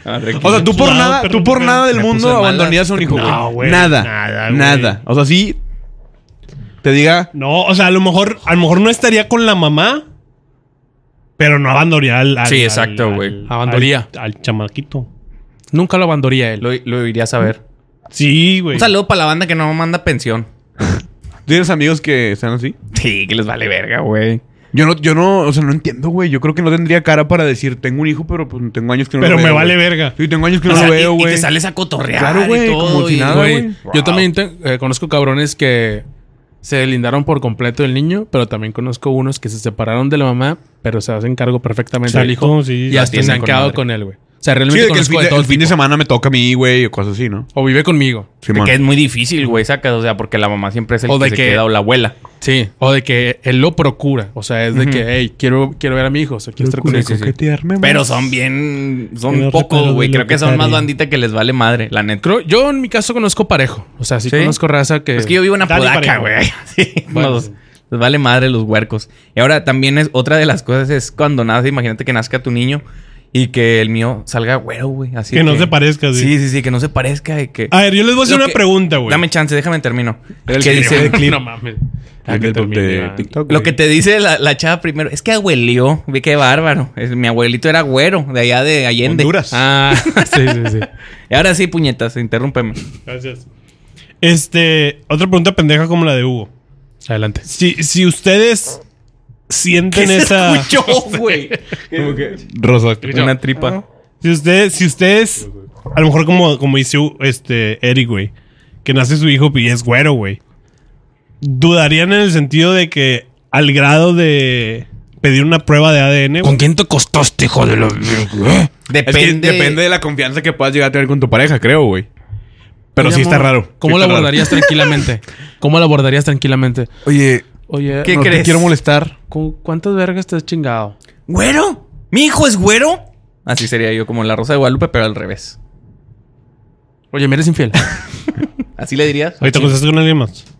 [SPEAKER 3] O sea, tú por
[SPEAKER 4] Sudado,
[SPEAKER 3] nada,
[SPEAKER 4] perro,
[SPEAKER 3] tú por
[SPEAKER 4] perro.
[SPEAKER 3] nada del
[SPEAKER 2] Me puse
[SPEAKER 3] mundo
[SPEAKER 2] de malas.
[SPEAKER 3] abandonías a un hijo.
[SPEAKER 4] No, güey,
[SPEAKER 3] Nada.
[SPEAKER 4] nada,
[SPEAKER 3] Nada,
[SPEAKER 4] güey.
[SPEAKER 3] O sea, sí. Te diga.
[SPEAKER 4] o sea, a lo mejor, a lo mejor no estaría con la mamá, pero no abandonaría al, al-
[SPEAKER 2] Sí,
[SPEAKER 4] al-
[SPEAKER 2] exacto,
[SPEAKER 4] al-
[SPEAKER 2] güey.
[SPEAKER 4] al-
[SPEAKER 1] Abandonaría.
[SPEAKER 4] Al, chamaquito.
[SPEAKER 1] Nunca lo abandonaría él.
[SPEAKER 2] lo, lo irías a ver.
[SPEAKER 4] Sí, güey.
[SPEAKER 2] Un saludo para la banda que no manda pensión.
[SPEAKER 3] ¿Tienes amigos que sean así?
[SPEAKER 2] Sí, que les vale verga, güey.
[SPEAKER 3] Yo no, yo no, o sea, no entiendo, güey. Yo creo que no tendría cara para decir, tengo un hijo, pero pues tengo años que no
[SPEAKER 4] Pero
[SPEAKER 3] lo
[SPEAKER 4] me
[SPEAKER 3] veo.
[SPEAKER 4] vale
[SPEAKER 3] güey".
[SPEAKER 4] verga.
[SPEAKER 3] Sí, tengo años que
[SPEAKER 2] O
[SPEAKER 3] no
[SPEAKER 2] sea,
[SPEAKER 3] lo
[SPEAKER 2] y-
[SPEAKER 3] veo,
[SPEAKER 2] y,
[SPEAKER 3] güey.
[SPEAKER 2] te sales a cotorrear
[SPEAKER 3] Claro,
[SPEAKER 2] y
[SPEAKER 3] güey,
[SPEAKER 2] todo.
[SPEAKER 3] como si
[SPEAKER 2] y-
[SPEAKER 3] nada,
[SPEAKER 1] Güey,
[SPEAKER 3] güey.
[SPEAKER 1] Yo también te- eh, conozco cabrones que se lindaron por completo del niño, pero también conozco unos que se separaron de la mamá, pero se hacen cargo perfectamente del
[SPEAKER 4] Exacto,
[SPEAKER 1] hijo.
[SPEAKER 4] sí.
[SPEAKER 1] y
[SPEAKER 4] Lo
[SPEAKER 1] hasta se
[SPEAKER 2] atienden
[SPEAKER 1] han
[SPEAKER 2] con
[SPEAKER 1] quedado
[SPEAKER 2] madre.
[SPEAKER 1] con él, güey. O sea,
[SPEAKER 3] Sí,
[SPEAKER 1] realmente
[SPEAKER 3] de que el
[SPEAKER 1] conozco
[SPEAKER 3] fin, de,
[SPEAKER 1] de todo
[SPEAKER 3] el fin de
[SPEAKER 1] tipo.
[SPEAKER 3] semana me toca a mí, güey, o cosas así, ¿no?
[SPEAKER 1] O vive conmigo.
[SPEAKER 2] De
[SPEAKER 3] Simón.
[SPEAKER 2] que es muy difícil, güey, saca, o sea, porque la mamá siempre es el
[SPEAKER 1] O
[SPEAKER 2] que
[SPEAKER 1] de
[SPEAKER 2] se
[SPEAKER 1] que-
[SPEAKER 2] queda o la abuela.
[SPEAKER 1] Sí. O de que él lo procura. O sea, es de
[SPEAKER 2] Ujú.
[SPEAKER 1] que, hey, quiero, quiero ver a mi hijo. O sea, quiero estar con él.
[SPEAKER 2] sí, sí. Pero son bien,
[SPEAKER 4] Que
[SPEAKER 2] son
[SPEAKER 4] no
[SPEAKER 2] pocos,
[SPEAKER 4] recuerdo
[SPEAKER 2] güey.
[SPEAKER 4] de
[SPEAKER 2] Creo
[SPEAKER 4] lo
[SPEAKER 2] que
[SPEAKER 4] que
[SPEAKER 2] son más
[SPEAKER 4] estaría.
[SPEAKER 2] bandita que les vale madre, la neta.
[SPEAKER 1] Creo- yo en mi caso conozco parejo. O sea, sí,
[SPEAKER 2] ¿Sí?
[SPEAKER 1] conozco raza que.
[SPEAKER 2] Es que yo vivo en
[SPEAKER 4] Dale,
[SPEAKER 2] Apodaca,
[SPEAKER 4] parejo.
[SPEAKER 2] güey. Sí,
[SPEAKER 1] Bueno,
[SPEAKER 2] nos-
[SPEAKER 1] sí.
[SPEAKER 2] les vale madre los huercos. Y ahora también es otra de las cosas es cuando nace, imagínate que nazca tu niño y que el mío salga güero, güey. Así
[SPEAKER 4] Que no se parezca, sí.
[SPEAKER 2] Sí, sí, sí, que no se parezca y que.
[SPEAKER 4] A ver, yo les voy a hacer
[SPEAKER 2] Lo
[SPEAKER 4] una
[SPEAKER 2] que-
[SPEAKER 4] pregunta, güey.
[SPEAKER 2] Dame chance, déjame termino.
[SPEAKER 3] El
[SPEAKER 2] que
[SPEAKER 3] que
[SPEAKER 2] dice,
[SPEAKER 3] el clip.
[SPEAKER 1] No mames. Ah,
[SPEAKER 3] El
[SPEAKER 1] que
[SPEAKER 3] de-
[SPEAKER 1] termine,
[SPEAKER 3] de
[SPEAKER 1] ah.
[SPEAKER 3] TikTok,
[SPEAKER 2] Lo
[SPEAKER 3] güey.
[SPEAKER 2] que te dice la, la chava primero, es que abuelió, ve qué bárbaro. Es- mi abuelito era güero, de allá de Allende.
[SPEAKER 3] Honduras.
[SPEAKER 1] Ah, sí, sí, sí.
[SPEAKER 2] Y ahora sí, puñetas, interrúmpeme.
[SPEAKER 4] Gracias. Este, otra pregunta pendeja como la de Hugo.
[SPEAKER 1] Adelante.
[SPEAKER 4] Si, si ustedes sienten esa.
[SPEAKER 2] güey?
[SPEAKER 3] Como que rosa.
[SPEAKER 2] Una tripa.
[SPEAKER 4] Si ustedes, si ustedes, a lo mejor como, como dice este Eric, güey, que nace su hijo y es güero, güey. Dudarían en el sentido de que al grado de pedir una prueba de ADN,
[SPEAKER 1] ¿Con
[SPEAKER 4] güey,
[SPEAKER 1] quién te costaste, hijo de la...
[SPEAKER 3] Es que depende de la confianza que puedas llegar a tener con tu pareja, creo, güey. Pero sí está raro.
[SPEAKER 1] ¿Cómo
[SPEAKER 3] Sí
[SPEAKER 1] la
[SPEAKER 3] está raro.
[SPEAKER 1] abordarías tranquilamente? ¿Cómo la abordarías tranquilamente?
[SPEAKER 3] Oye,
[SPEAKER 1] Oye,
[SPEAKER 2] ¿Qué
[SPEAKER 1] no,
[SPEAKER 2] crees?
[SPEAKER 3] quiero molestar.
[SPEAKER 1] ¿con cuántas vergas te has chingado?
[SPEAKER 2] ¿Güero? ¿Mi hijo es güero? Así sería yo, como la Rosa de Guadalupe, pero al revés.
[SPEAKER 1] Oye, me eres infiel.
[SPEAKER 2] Así le dirías.
[SPEAKER 4] ahorita contestas con alguien más.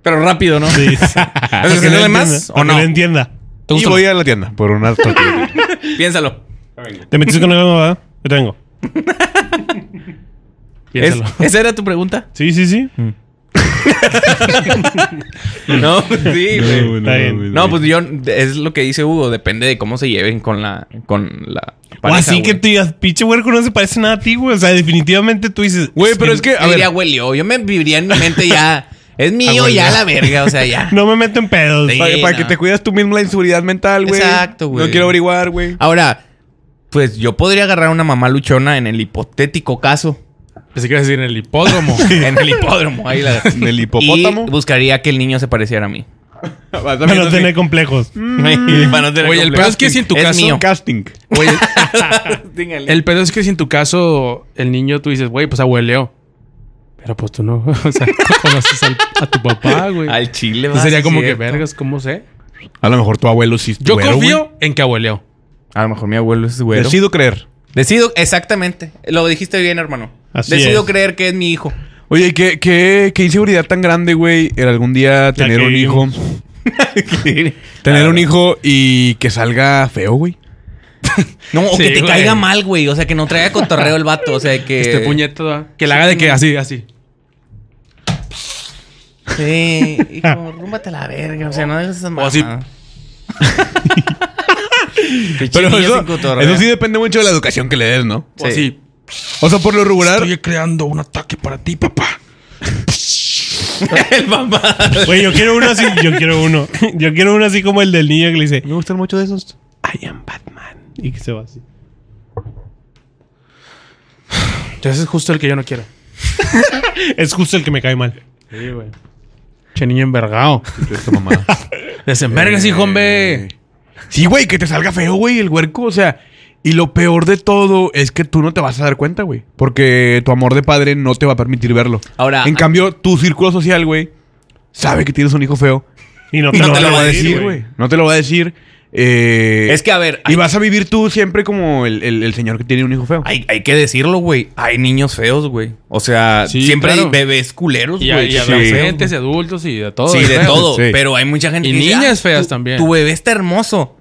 [SPEAKER 2] Pero rápido, ¿no?
[SPEAKER 4] Sí.
[SPEAKER 2] ¿Estás haciendo de más o
[SPEAKER 4] no?
[SPEAKER 2] no?
[SPEAKER 4] le entienda.
[SPEAKER 1] ¿Te
[SPEAKER 3] Y
[SPEAKER 1] gusta?
[SPEAKER 3] voy a la tienda por una tortilla.
[SPEAKER 2] Piénsalo.
[SPEAKER 4] Te metiste con alguien más, ¿verdad? Yo tengo.
[SPEAKER 2] ¿Es-
[SPEAKER 1] Piénsalo.
[SPEAKER 2] ¿Esa era tu pregunta?
[SPEAKER 4] Sí, sí, sí.
[SPEAKER 2] Mm,
[SPEAKER 4] Mm.
[SPEAKER 2] No, sí, güey.
[SPEAKER 4] Está bien.
[SPEAKER 2] No, pues yo, es lo que dice Hugo, depende de cómo se lleven con la, con la
[SPEAKER 4] o así que
[SPEAKER 2] güey.
[SPEAKER 4] te digas, pinche güey, que no se parece nada a ti, güey. O sea, definitivamente tú dices,
[SPEAKER 3] Güey, pero es que,
[SPEAKER 2] Yo
[SPEAKER 3] a ver,
[SPEAKER 2] diría, huelió. Yo me viviría en mi mente ya. Es mío ya la verga, o sea, ya.
[SPEAKER 4] no me meto en pedos.
[SPEAKER 2] Sí.
[SPEAKER 3] para, para
[SPEAKER 2] no.
[SPEAKER 3] que te cuidas tú mismo la inseguridad mental, güey.
[SPEAKER 2] Exacto, güey.
[SPEAKER 3] No quiero averiguar, güey.
[SPEAKER 2] Ahora, pues yo podría agarrar a una mamá luchona en el hipotético caso.
[SPEAKER 1] Pensé que ibas a decir en el hipódromo.
[SPEAKER 2] En el hipódromo, ahí la...
[SPEAKER 3] En el hipopótamo.
[SPEAKER 2] Y buscaría que el niño se pareciera a mí.
[SPEAKER 3] Vas a
[SPEAKER 4] Para
[SPEAKER 3] ver
[SPEAKER 4] no
[SPEAKER 3] así,
[SPEAKER 4] tener complejos.
[SPEAKER 2] Para no tener
[SPEAKER 1] Oye, el
[SPEAKER 2] complejos.
[SPEAKER 1] pedo es que si en tu
[SPEAKER 2] Es
[SPEAKER 1] caso...
[SPEAKER 2] mío.
[SPEAKER 3] Casting.
[SPEAKER 1] Oye, el pedo es que si en tu caso el niño tú dices, güey, pues abueleo. Pero pues tú no. O sea, tú conoces al- a tu papá, güey.
[SPEAKER 2] Al chile, va,
[SPEAKER 1] Entonces sería
[SPEAKER 2] sí,
[SPEAKER 1] como
[SPEAKER 2] cierto.
[SPEAKER 1] que, vergas, ¿cómo sé?
[SPEAKER 3] A lo mejor tu abuelo sí es
[SPEAKER 1] Yo
[SPEAKER 3] güero,
[SPEAKER 1] confío
[SPEAKER 3] güey.
[SPEAKER 1] en que abueleo.
[SPEAKER 2] A lo mejor mi abuelo es güero. Decido,
[SPEAKER 3] Decido creer.
[SPEAKER 2] exactamente. Lo dijiste bien, hermano.
[SPEAKER 4] Así
[SPEAKER 2] Decido
[SPEAKER 4] es.
[SPEAKER 2] creer que es mi hijo.
[SPEAKER 3] Oye, ¿qué, qué, qué inseguridad tan grande, güey, era algún día tener
[SPEAKER 4] que
[SPEAKER 3] un hijo.
[SPEAKER 4] vivimos.
[SPEAKER 3] Tener un hijo y que salga feo, güey.
[SPEAKER 2] No, o
[SPEAKER 1] Sí,
[SPEAKER 2] que te
[SPEAKER 1] güey.
[SPEAKER 2] caiga mal, güey. O sea, que no traiga cotorreo el vato. O sea, que.
[SPEAKER 1] Este puñeto, ¿verdad? que la haga de que así, así.
[SPEAKER 2] Sí, hijo, rúmbate a la verga. O sea, no dejes esa mamada.
[SPEAKER 1] así.
[SPEAKER 2] Pinche
[SPEAKER 3] Pero
[SPEAKER 2] niño
[SPEAKER 3] eso,
[SPEAKER 2] sin cotorreo.
[SPEAKER 3] eso sí depende mucho de la educación que le des, ¿no?
[SPEAKER 1] O así.
[SPEAKER 2] Sí.
[SPEAKER 3] O sea, por lo regular,
[SPEAKER 1] creando un ataque para ti, papá.
[SPEAKER 2] el papá.
[SPEAKER 4] Güey, yo quiero uno así, yo quiero uno. Yo quiero uno así como el del niño que le dice,
[SPEAKER 3] me gustan mucho de esos.
[SPEAKER 4] I am Batman. Y que se va así.
[SPEAKER 1] Entonces es justo el que yo no quiero.
[SPEAKER 4] Es justo el que me cae mal.
[SPEAKER 1] Sí, güey. Che niño envergado.
[SPEAKER 3] Esta mamada.
[SPEAKER 1] Desenvergas, hijo, hombre.
[SPEAKER 3] Sí, güey, que te salga feo, güey, el huerco. O sea, y lo peor de todo es que tú no te vas a dar cuenta, güey. Porque tu amor de padre no te va a permitir verlo.
[SPEAKER 2] Ahora-
[SPEAKER 3] En cambio, tu círculo social, güey, sabe que tienes un hijo feo.
[SPEAKER 4] Y no te,
[SPEAKER 3] Y no,
[SPEAKER 4] lo,
[SPEAKER 3] te lo
[SPEAKER 4] voy
[SPEAKER 3] va a decir, güey. No te lo va a decir. eh,
[SPEAKER 2] Es que, a ver,
[SPEAKER 3] Y
[SPEAKER 2] hay-
[SPEAKER 3] vas a vivir tú siempre como el, el- el señor que tiene un hijo feo.
[SPEAKER 2] Hay, hay que decirlo, güey. Hay niños feos, güey. O sea,
[SPEAKER 1] Sí,
[SPEAKER 2] siempre
[SPEAKER 1] claro.
[SPEAKER 2] hay bebés culeros,
[SPEAKER 1] Y, hay
[SPEAKER 2] güey.
[SPEAKER 1] y
[SPEAKER 2] Sí.
[SPEAKER 1] habrá gentes y adultos y Pues, de todo.
[SPEAKER 2] Sí, de
[SPEAKER 1] ¿verdad?
[SPEAKER 2] todo.
[SPEAKER 3] Sí.
[SPEAKER 2] Pero hay mucha gente
[SPEAKER 1] Y
[SPEAKER 2] que dice,
[SPEAKER 1] niñas
[SPEAKER 2] "Ah,
[SPEAKER 1] feas
[SPEAKER 2] tu-
[SPEAKER 1] también".
[SPEAKER 2] Tu bebé está hermoso.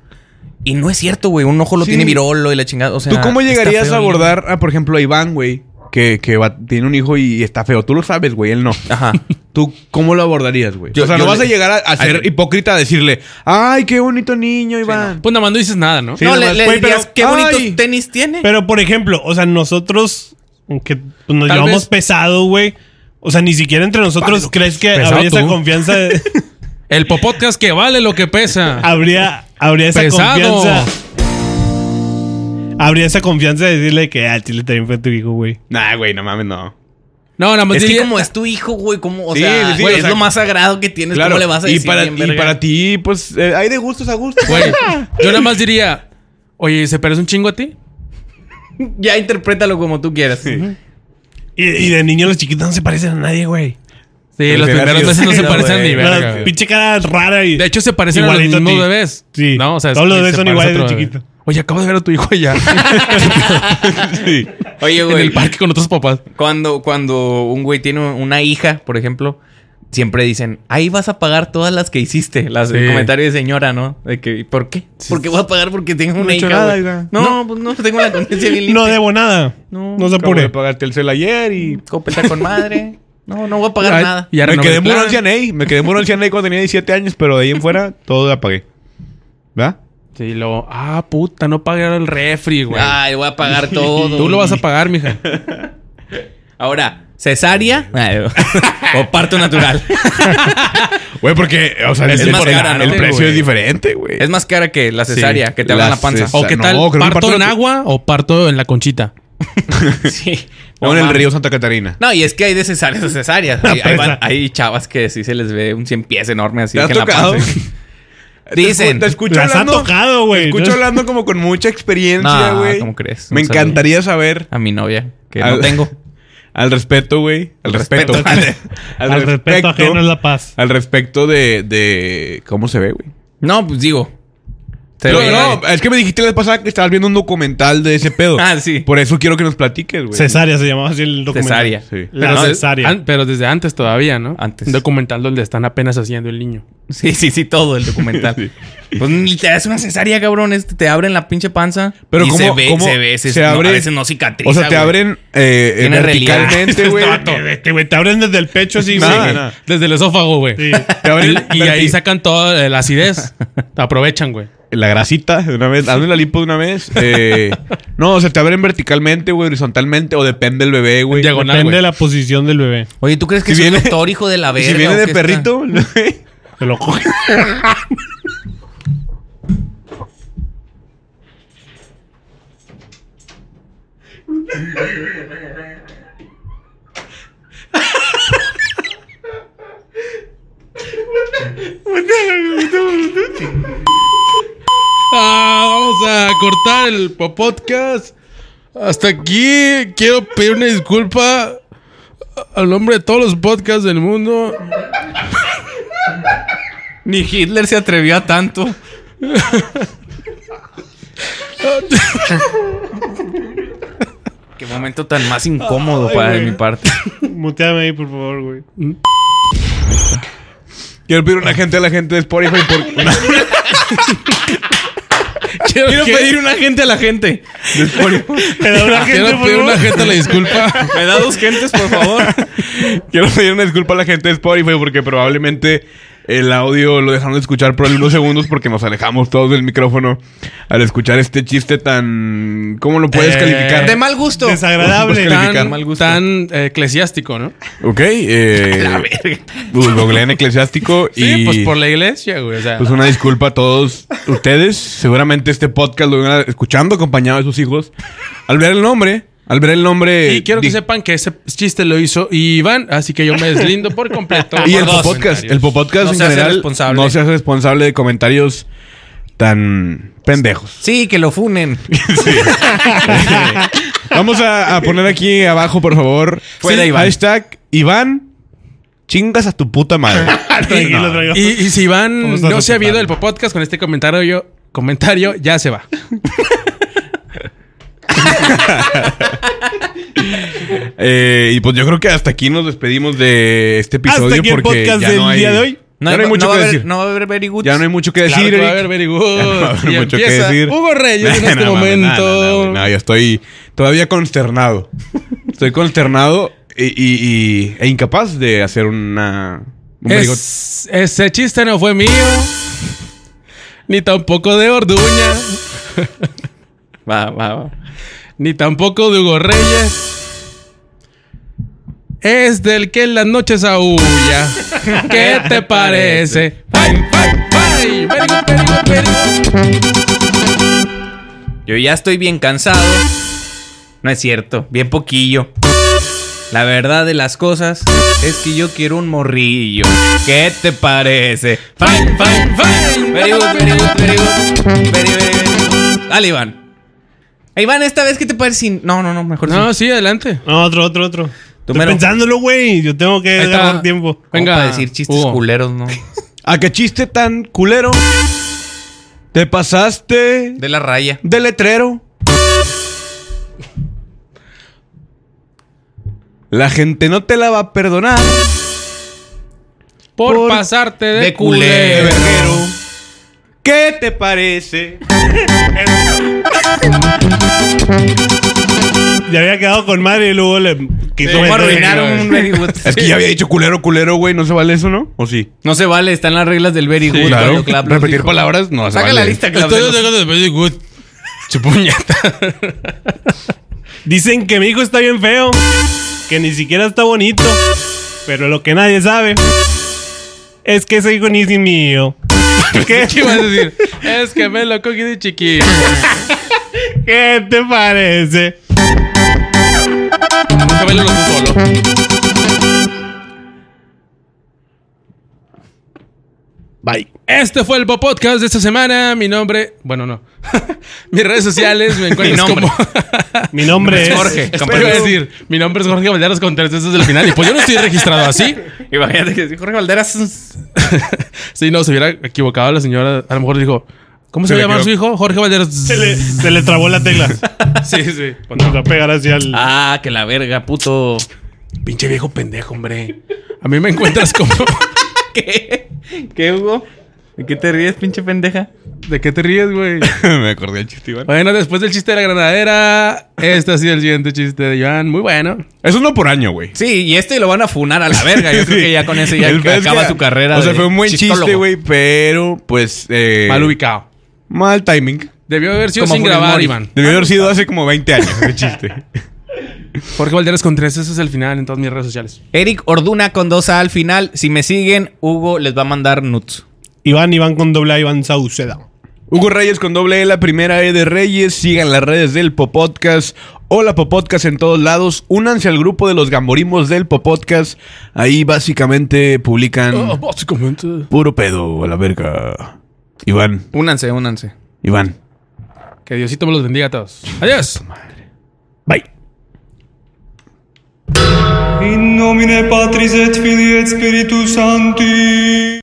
[SPEAKER 2] Y no es cierto, güey. Un ojo lo
[SPEAKER 3] Sí.
[SPEAKER 2] tiene virolo y la chingada. O sea,
[SPEAKER 3] ¿Tú cómo
[SPEAKER 2] está
[SPEAKER 3] llegarías
[SPEAKER 2] feo
[SPEAKER 3] a
[SPEAKER 2] el niño.
[SPEAKER 3] abordar a, por ejemplo, a Iván, güey? Que, que va- tiene un hijo y está feo. Tú lo sabes, güey. Él no.
[SPEAKER 2] Ajá.
[SPEAKER 3] ¿Tú cómo lo abordarías, güey?
[SPEAKER 2] Yo-
[SPEAKER 3] o sea, no
[SPEAKER 2] yo
[SPEAKER 3] vas
[SPEAKER 2] le-
[SPEAKER 3] a llegar a, a ser
[SPEAKER 2] Ay.
[SPEAKER 3] hipócrita a decirle, ay, qué bonito niño, Iván.
[SPEAKER 1] Pues nada más no dices nada, ¿no?
[SPEAKER 3] Sí,
[SPEAKER 2] no, le,
[SPEAKER 3] nomás,
[SPEAKER 2] le
[SPEAKER 3] güey,
[SPEAKER 2] dirías,
[SPEAKER 3] pero-
[SPEAKER 2] qué bonitos
[SPEAKER 3] ¡Ay!
[SPEAKER 2] tenis tiene.
[SPEAKER 4] Pero, por ejemplo, o sea, nosotros que pues, nos
[SPEAKER 1] Tal
[SPEAKER 4] llevamos
[SPEAKER 1] vez-
[SPEAKER 4] pesado, güey. O sea, ni siquiera entre nosotros crees que
[SPEAKER 1] pesado
[SPEAKER 4] habría esa
[SPEAKER 1] tú.
[SPEAKER 4] confianza. de-
[SPEAKER 1] El popodcast que vale lo que pesa.
[SPEAKER 4] habría, habría esa
[SPEAKER 1] Pesado.
[SPEAKER 4] confianza. Habría esa confianza de decirle que ah, Chile también fue tu hijo, güey.
[SPEAKER 3] Nah, güey, no mames, no.
[SPEAKER 1] No, nada más
[SPEAKER 2] es que
[SPEAKER 1] diría-
[SPEAKER 2] como es tu hijo, güey, como, o
[SPEAKER 3] pues, Sí,
[SPEAKER 2] sea,
[SPEAKER 3] sí, sí,
[SPEAKER 2] güey,
[SPEAKER 3] o
[SPEAKER 2] es
[SPEAKER 3] sea-
[SPEAKER 2] lo más sagrado que tienes,
[SPEAKER 3] Claro.
[SPEAKER 2] Pues, ¿cómo le vas a
[SPEAKER 3] y
[SPEAKER 2] decir?
[SPEAKER 3] para,
[SPEAKER 2] bien,
[SPEAKER 3] y
[SPEAKER 2] verga?
[SPEAKER 3] para ti, pues, eh, hay de gustos a gustos.
[SPEAKER 1] Güey, yo nada más diría, oye, ¿se parece un chingo a ti?
[SPEAKER 2] Ya interprétalo como tú quieras.
[SPEAKER 4] Y, y de niño los chiquitos no se parecen a nadie, güey.
[SPEAKER 1] Sí,
[SPEAKER 3] Sí,
[SPEAKER 1] los
[SPEAKER 3] sí,
[SPEAKER 1] primeros
[SPEAKER 3] sí,
[SPEAKER 1] meses no
[SPEAKER 2] sí,
[SPEAKER 1] se
[SPEAKER 2] no,
[SPEAKER 1] parecen
[SPEAKER 2] güey.
[SPEAKER 1] ni verga.
[SPEAKER 4] Una
[SPEAKER 1] güey.
[SPEAKER 4] pinche cara rara y.
[SPEAKER 1] De hecho, se parecen a los
[SPEAKER 4] Igualito a
[SPEAKER 1] mismos
[SPEAKER 4] ti.
[SPEAKER 1] bebés.
[SPEAKER 4] Sí.
[SPEAKER 1] No, o sea,
[SPEAKER 4] Todos los
[SPEAKER 1] se
[SPEAKER 4] bebés son
[SPEAKER 1] parece
[SPEAKER 4] iguales
[SPEAKER 1] otro
[SPEAKER 4] de
[SPEAKER 1] bebé.
[SPEAKER 4] chiquito.
[SPEAKER 1] Oye, acabo de ver a tu hijo allá
[SPEAKER 3] Sí.
[SPEAKER 2] Oye,
[SPEAKER 1] en
[SPEAKER 2] güey.
[SPEAKER 1] el parque con otros papás.
[SPEAKER 2] Cuando, cuando un güey tiene una hija, por ejemplo, siempre dicen, ahí vas a pagar todas las que hiciste. Las,
[SPEAKER 1] Sí.
[SPEAKER 2] El comentario de señora, ¿no? De que, "¿Y ¿Por qué? ¿Por qué voy a pagar porque tengo una
[SPEAKER 3] he hecho
[SPEAKER 2] hija?
[SPEAKER 3] nada,
[SPEAKER 2] güey?"
[SPEAKER 3] hija.
[SPEAKER 2] no, pues no, tengo la conciencia bien
[SPEAKER 4] No
[SPEAKER 2] limpia.
[SPEAKER 4] debo nada.
[SPEAKER 2] No,
[SPEAKER 4] No se
[SPEAKER 3] Acabo de
[SPEAKER 4] apure.
[SPEAKER 3] pagarte el cel ayer y...
[SPEAKER 2] Copeta con madre. No, no voy a pagar
[SPEAKER 1] Ay,
[SPEAKER 2] nada.
[SPEAKER 1] ya
[SPEAKER 3] me
[SPEAKER 1] renové
[SPEAKER 3] quedé
[SPEAKER 1] el
[SPEAKER 3] muy
[SPEAKER 1] plan.
[SPEAKER 3] ancianey. Me quedé muy ancianey cuando tenía 17 años, pero de ahí en fuera todo la pagué. ¿Verdad?
[SPEAKER 1] Sí, luego, ah, puta, no pagar
[SPEAKER 2] Ah,
[SPEAKER 1] el refri, güey.
[SPEAKER 2] Ay, voy a pagar todo.
[SPEAKER 1] Tú lo vas a pagar, mija.
[SPEAKER 2] Ahora, cesárea o parto natural.
[SPEAKER 3] Güey, porque, o sea,
[SPEAKER 2] Es
[SPEAKER 3] el,
[SPEAKER 2] más
[SPEAKER 3] por-
[SPEAKER 2] cara, ¿no?
[SPEAKER 3] el precio
[SPEAKER 2] Güey.
[SPEAKER 3] es diferente, güey.
[SPEAKER 2] es más cara que la cesárea,
[SPEAKER 3] Sí.
[SPEAKER 2] que te abran la,
[SPEAKER 3] La
[SPEAKER 2] panza.
[SPEAKER 3] ces-
[SPEAKER 1] O qué
[SPEAKER 3] No,
[SPEAKER 1] tal,
[SPEAKER 3] creo que
[SPEAKER 1] parto,
[SPEAKER 3] parto
[SPEAKER 1] en
[SPEAKER 3] no-
[SPEAKER 1] agua o parto en la conchita.
[SPEAKER 2] Sí.
[SPEAKER 3] o en
[SPEAKER 2] No
[SPEAKER 3] el
[SPEAKER 2] mames.
[SPEAKER 3] río Santa Catarina.
[SPEAKER 2] No, y es que hay de cesáreas a cesáreas. Hay, hay
[SPEAKER 4] pesa.
[SPEAKER 2] van- hay chavas que sí se les ve un cien pies enorme así.
[SPEAKER 3] ¿Te has
[SPEAKER 2] que en la
[SPEAKER 3] tocado?
[SPEAKER 2] panza. Dicen.
[SPEAKER 3] Te escucho
[SPEAKER 4] Las ha
[SPEAKER 3] hablando.
[SPEAKER 4] tocado,
[SPEAKER 3] te
[SPEAKER 4] güey.
[SPEAKER 3] escucho
[SPEAKER 4] ¿no?
[SPEAKER 3] hablando como con mucha experiencia,
[SPEAKER 2] No,
[SPEAKER 3] güey.
[SPEAKER 2] ¿cómo crees?
[SPEAKER 3] Me
[SPEAKER 2] No sabía.
[SPEAKER 3] encantaría saber
[SPEAKER 2] A mi novia, que
[SPEAKER 3] Al-
[SPEAKER 2] no tengo.
[SPEAKER 3] al respeto, güey. Al respeto.
[SPEAKER 4] Al, Ah, respeto ajeno es la paz.
[SPEAKER 3] Al respecto de, de cómo se ve, güey.
[SPEAKER 2] No, pues digo. Se
[SPEAKER 3] No,
[SPEAKER 2] ve-
[SPEAKER 3] no, es que me dijiste la vez pasada que estabas viendo un documental de ese pedo.
[SPEAKER 2] Ah, sí.
[SPEAKER 3] Por eso quiero que nos platiques, güey.
[SPEAKER 4] Cesárea se llamaba así el documento.
[SPEAKER 2] Cesárea.
[SPEAKER 3] Sí.
[SPEAKER 4] La
[SPEAKER 1] Pero,
[SPEAKER 4] cesárea.
[SPEAKER 1] an- pero desde antes todavía, ¿no?
[SPEAKER 2] Antes.
[SPEAKER 1] Un documental donde están apenas haciendo el niño.
[SPEAKER 3] Pues-
[SPEAKER 2] Sí, sí, sí, todo el documental. Pues ni te das una cesárea, cabrón. este, te abren la pinche panza.
[SPEAKER 3] Pero
[SPEAKER 2] y
[SPEAKER 3] ¿cómo-
[SPEAKER 2] se ve,
[SPEAKER 3] cómo
[SPEAKER 2] se ve, se,
[SPEAKER 3] se
[SPEAKER 2] no,
[SPEAKER 3] abre?
[SPEAKER 2] a veces no cicatriza.
[SPEAKER 3] O sea, te
[SPEAKER 2] güey.
[SPEAKER 3] abren eh, eh,
[SPEAKER 2] Tiene relieve.
[SPEAKER 3] verticalmente,
[SPEAKER 4] Este
[SPEAKER 3] güey.
[SPEAKER 4] vato, este, güey, te abren desde el pecho así,
[SPEAKER 3] Nada,
[SPEAKER 4] güey.
[SPEAKER 3] nada.
[SPEAKER 1] Ah, Desde el esófago, güey.
[SPEAKER 4] Sí.
[SPEAKER 3] Te abren
[SPEAKER 1] Y
[SPEAKER 3] verti-
[SPEAKER 1] ahí sacan toda la acidez. Aprovechan, güey.
[SPEAKER 3] la grasita de una vez. Hazme la limpo de una vez. Eh, no, o sea, te abren verticalmente, güey, horizontalmente, o depende del bebé, güey.
[SPEAKER 1] Diagonal.
[SPEAKER 4] Depende de la posición del bebé.
[SPEAKER 2] Oye, ¿tú crees que
[SPEAKER 3] Si
[SPEAKER 2] es
[SPEAKER 3] viene-
[SPEAKER 2] un doctor, hijo de la
[SPEAKER 3] Y
[SPEAKER 2] verga?
[SPEAKER 3] si viene
[SPEAKER 2] o
[SPEAKER 3] de
[SPEAKER 2] qué
[SPEAKER 3] perrito, güey.
[SPEAKER 4] Te lo coge.
[SPEAKER 1] Ah, vamos a cortar el podcast. Hasta aquí quiero pedir una disculpa al nombre de todos los podcasts del mundo.
[SPEAKER 2] está? Ni Hitler se atrevió a tanto. Qué momento tan más incómodo
[SPEAKER 4] Ay,
[SPEAKER 2] para de
[SPEAKER 4] güey.
[SPEAKER 2] mi parte.
[SPEAKER 4] Muteame ahí, por favor, güey.
[SPEAKER 3] Quiero pedir una gente a la gente de Spotify por, una-
[SPEAKER 1] Quiero,
[SPEAKER 2] Quiero
[SPEAKER 1] que-
[SPEAKER 2] pedir una gente a la gente.
[SPEAKER 4] Te da una gente,
[SPEAKER 1] quiero
[SPEAKER 4] por
[SPEAKER 1] pedir
[SPEAKER 4] favor.
[SPEAKER 1] una gente la disculpa.
[SPEAKER 2] Me da dos gentes, por favor.
[SPEAKER 3] Quiero pedir una disculpa a la gente de Spotify porque probablemente el audio lo dejaron de escuchar por algunos segundos porque nos alejamos todos del micrófono al escuchar este chiste tan... ¿Cómo lo puedes
[SPEAKER 1] Eh,
[SPEAKER 3] calificar?
[SPEAKER 2] De mal gusto.
[SPEAKER 4] Desagradable.
[SPEAKER 3] Busca
[SPEAKER 1] Tan,
[SPEAKER 3] Calificar,
[SPEAKER 2] mal gusto.
[SPEAKER 1] tan, eh, eclesiástico, ¿no?
[SPEAKER 3] Ok, eh...
[SPEAKER 2] La verga.
[SPEAKER 3] pues, googleen eclesiástico y...
[SPEAKER 1] Sí, pues por la iglesia, güey. O sea,
[SPEAKER 3] Pues una disculpa a todos ustedes. Seguramente este podcast lo iban escuchando acompañado de sus hijos. Al ver el nombre, al ver el nombre...
[SPEAKER 1] y quiero que
[SPEAKER 3] di-
[SPEAKER 1] sepan que ese chiste lo hizo Iván, así que yo me deslindo por completo.
[SPEAKER 3] Y
[SPEAKER 1] por
[SPEAKER 3] el
[SPEAKER 1] los
[SPEAKER 3] podcast,
[SPEAKER 1] comentarios.
[SPEAKER 3] el podcast
[SPEAKER 2] No
[SPEAKER 3] en
[SPEAKER 2] se hace
[SPEAKER 3] general
[SPEAKER 2] responsable.
[SPEAKER 3] no se hace responsable de comentarios tan pendejos.
[SPEAKER 2] Sí, que lo funen.
[SPEAKER 3] Vamos a, a poner aquí abajo, por favor.
[SPEAKER 2] Fue de Iván.
[SPEAKER 3] Hashtag Iván, chingas a tu puta madre.
[SPEAKER 4] Tranquilo, tranquilo.
[SPEAKER 1] Ah, Y, y si Iván
[SPEAKER 4] Vamos a
[SPEAKER 1] no se ha habido el
[SPEAKER 4] respetarlo.
[SPEAKER 1] podcast con este comentario, yo, comentario ya se va.
[SPEAKER 3] Eh, y pues yo creo que hasta aquí nos despedimos de este episodio
[SPEAKER 4] Hasta aquí el
[SPEAKER 3] porque
[SPEAKER 4] podcast
[SPEAKER 3] ya
[SPEAKER 4] del
[SPEAKER 3] no hay,
[SPEAKER 4] día de hoy.
[SPEAKER 3] ya no hay mucho
[SPEAKER 2] va
[SPEAKER 3] que
[SPEAKER 2] a haber-
[SPEAKER 3] decir.
[SPEAKER 2] No va a haber very good.
[SPEAKER 3] ya no hay mucho que decir.
[SPEAKER 1] Claro que va a
[SPEAKER 3] Eric.
[SPEAKER 1] haber very good.
[SPEAKER 3] Ya no va a haber
[SPEAKER 1] Y
[SPEAKER 3] mucho que
[SPEAKER 1] empieza
[SPEAKER 3] decir.
[SPEAKER 1] Hugo Reyes en
[SPEAKER 3] No,
[SPEAKER 1] este
[SPEAKER 3] no, mames, no,
[SPEAKER 1] momento.
[SPEAKER 3] No, no, güey, no, yo estoy todavía consternado. Estoy consternado y, y- y- e incapaz de hacer una. un very good-
[SPEAKER 1] Es- ese chiste no fue mío. Ni tampoco de Orduña.
[SPEAKER 2] Va, va, va.
[SPEAKER 1] Ni tampoco de Hugo Reyes. Es del que en las noches aúlla. ¿Qué te parece? Bye, bye, bye. Very good, very good, very good.
[SPEAKER 2] Yo ya estoy bien cansado. No es cierto, bien poquillo. La verdad de las cosas es que yo quiero un morrillo. ¿Qué te parece? Fine, fine, fine. Very good, very good, very good. Very, very, very good. Dale, Iván. Eh, Iván, esta vez, ¿qué te parece? sin- No, no, no, mejor
[SPEAKER 1] No,
[SPEAKER 2] sin-
[SPEAKER 1] sí, adelante.
[SPEAKER 4] No, otro, otro, otro. Estoy
[SPEAKER 2] mero.
[SPEAKER 4] pensándolo, güey. Yo tengo que
[SPEAKER 1] Ahí está.
[SPEAKER 4] ganar tiempo.
[SPEAKER 2] Como
[SPEAKER 1] Venga,
[SPEAKER 2] Para decir chistes
[SPEAKER 1] Hugo.
[SPEAKER 2] culeros, ¿no?
[SPEAKER 3] ¿A Ah, qué chiste tan culero? ¿Te pasaste
[SPEAKER 2] De la raya.
[SPEAKER 3] de letrero? La gente no te la va a perdonar.
[SPEAKER 1] Por,
[SPEAKER 3] Por-
[SPEAKER 1] pasarte de,
[SPEAKER 2] de
[SPEAKER 3] de
[SPEAKER 1] culero.
[SPEAKER 2] culero.
[SPEAKER 3] verguero. ¿Qué te parece?
[SPEAKER 4] Ya había quedado con madre y luego le quiso
[SPEAKER 2] ¿Cómo
[SPEAKER 4] meter,
[SPEAKER 2] arruinaron
[SPEAKER 4] güey.
[SPEAKER 2] un very good?
[SPEAKER 3] Es que ya había dicho culero, culero, güey. ¿No se vale eso, no? ¿O sí?
[SPEAKER 2] No se vale, están las reglas del very good. cuando Claplos
[SPEAKER 3] Repetir
[SPEAKER 2] dijo.
[SPEAKER 3] palabras no se
[SPEAKER 2] Saca
[SPEAKER 3] vale.
[SPEAKER 2] la lista, Claplos.
[SPEAKER 1] Estoy de very good. Chupuñata.
[SPEAKER 4] Dicen que mi hijo está bien feo. que ni siquiera está bonito. Pero lo que nadie sabe es que ese hijo ni es mío. ¿Qué,
[SPEAKER 1] ¿Qué vas a decir? es que me lo cogí de chiquito.
[SPEAKER 4] ¿Qué te parece?
[SPEAKER 2] Chabelo lo puso solo.
[SPEAKER 4] Bye.
[SPEAKER 1] Este fue el Bo Podcast de esta semana. Mi nombre, bueno, no. Mis redes sociales me encuentras
[SPEAKER 2] Mi nombre.
[SPEAKER 1] como
[SPEAKER 4] Mi nombre es
[SPEAKER 2] Jorge.
[SPEAKER 1] Espero
[SPEAKER 2] campeón.
[SPEAKER 1] iba a decir, mi nombre es Jorge Valderas con tres veces del final. Y pues yo no estoy registrado así.
[SPEAKER 2] Imagínate que Jorge Valderas.
[SPEAKER 1] Si no, se hubiera equivocado la señora. A lo mejor dijo, ¿cómo se,
[SPEAKER 3] Se
[SPEAKER 1] va a
[SPEAKER 3] le
[SPEAKER 1] llamar su
[SPEAKER 3] equivocó.
[SPEAKER 1] hijo? Jorge Valderas.
[SPEAKER 4] Se le, se le trabó la tecla.
[SPEAKER 1] Sí, sí.
[SPEAKER 4] Cuando va a pegar hacia el.
[SPEAKER 2] Ah, que la verga, puto.
[SPEAKER 1] Pinche viejo pendejo, hombre. A mí me encuentras como.
[SPEAKER 2] ¿Qué? ¿Qué, Hugo? ¿De qué te ríes, pinche pendeja?
[SPEAKER 1] ¿De qué te ríes, güey?
[SPEAKER 3] Me acordé del chiste, Iván.
[SPEAKER 1] Bueno, después del chiste de la granadera, este ha sido el siguiente chiste de Joan. Muy bueno.
[SPEAKER 3] Es uno por año, güey.
[SPEAKER 2] Sí, y este lo van a funar a la verga. Yo creo que ya con ese ya
[SPEAKER 3] El pedo es
[SPEAKER 2] acaba
[SPEAKER 3] que-
[SPEAKER 2] su carrera.
[SPEAKER 3] O sea,
[SPEAKER 2] de
[SPEAKER 3] fue un buen
[SPEAKER 2] chistólogo.
[SPEAKER 3] chiste, güey, pero pues. eh,
[SPEAKER 1] Mal ubicado.
[SPEAKER 3] Mal timing.
[SPEAKER 1] Debió haber sido
[SPEAKER 2] Como
[SPEAKER 1] sin
[SPEAKER 2] Funes
[SPEAKER 1] grabar,
[SPEAKER 2] Mori.
[SPEAKER 1] Iván.
[SPEAKER 3] Debió haber sido hace como 20 años ese chiste.
[SPEAKER 1] Jorge Valderas con tres veces el final en todas mis redes sociales.
[SPEAKER 2] Eric Orduna con dos A al final. Si me siguen, Hugo les va a mandar nuts.
[SPEAKER 4] Iván, Iván con doble A, Iván Sauceda.
[SPEAKER 3] Hugo Reyes con doble E, la primera E de Reyes. Sigan las redes del Popodcast. Hola Popodcast en todos lados. Únanse al grupo de los gamborimos del Popodcast. Ahí básicamente publican
[SPEAKER 1] Oh,
[SPEAKER 2] Ah,
[SPEAKER 1] básicamente.
[SPEAKER 3] puro pedo a la verga. Iván,
[SPEAKER 2] Únanse, únanse.
[SPEAKER 3] Iván.
[SPEAKER 1] Que Diosito me los bendiga a todos. Adiós.
[SPEAKER 3] Bye.
[SPEAKER 5] In nomine Patris et Filii et Spiritus Sancti.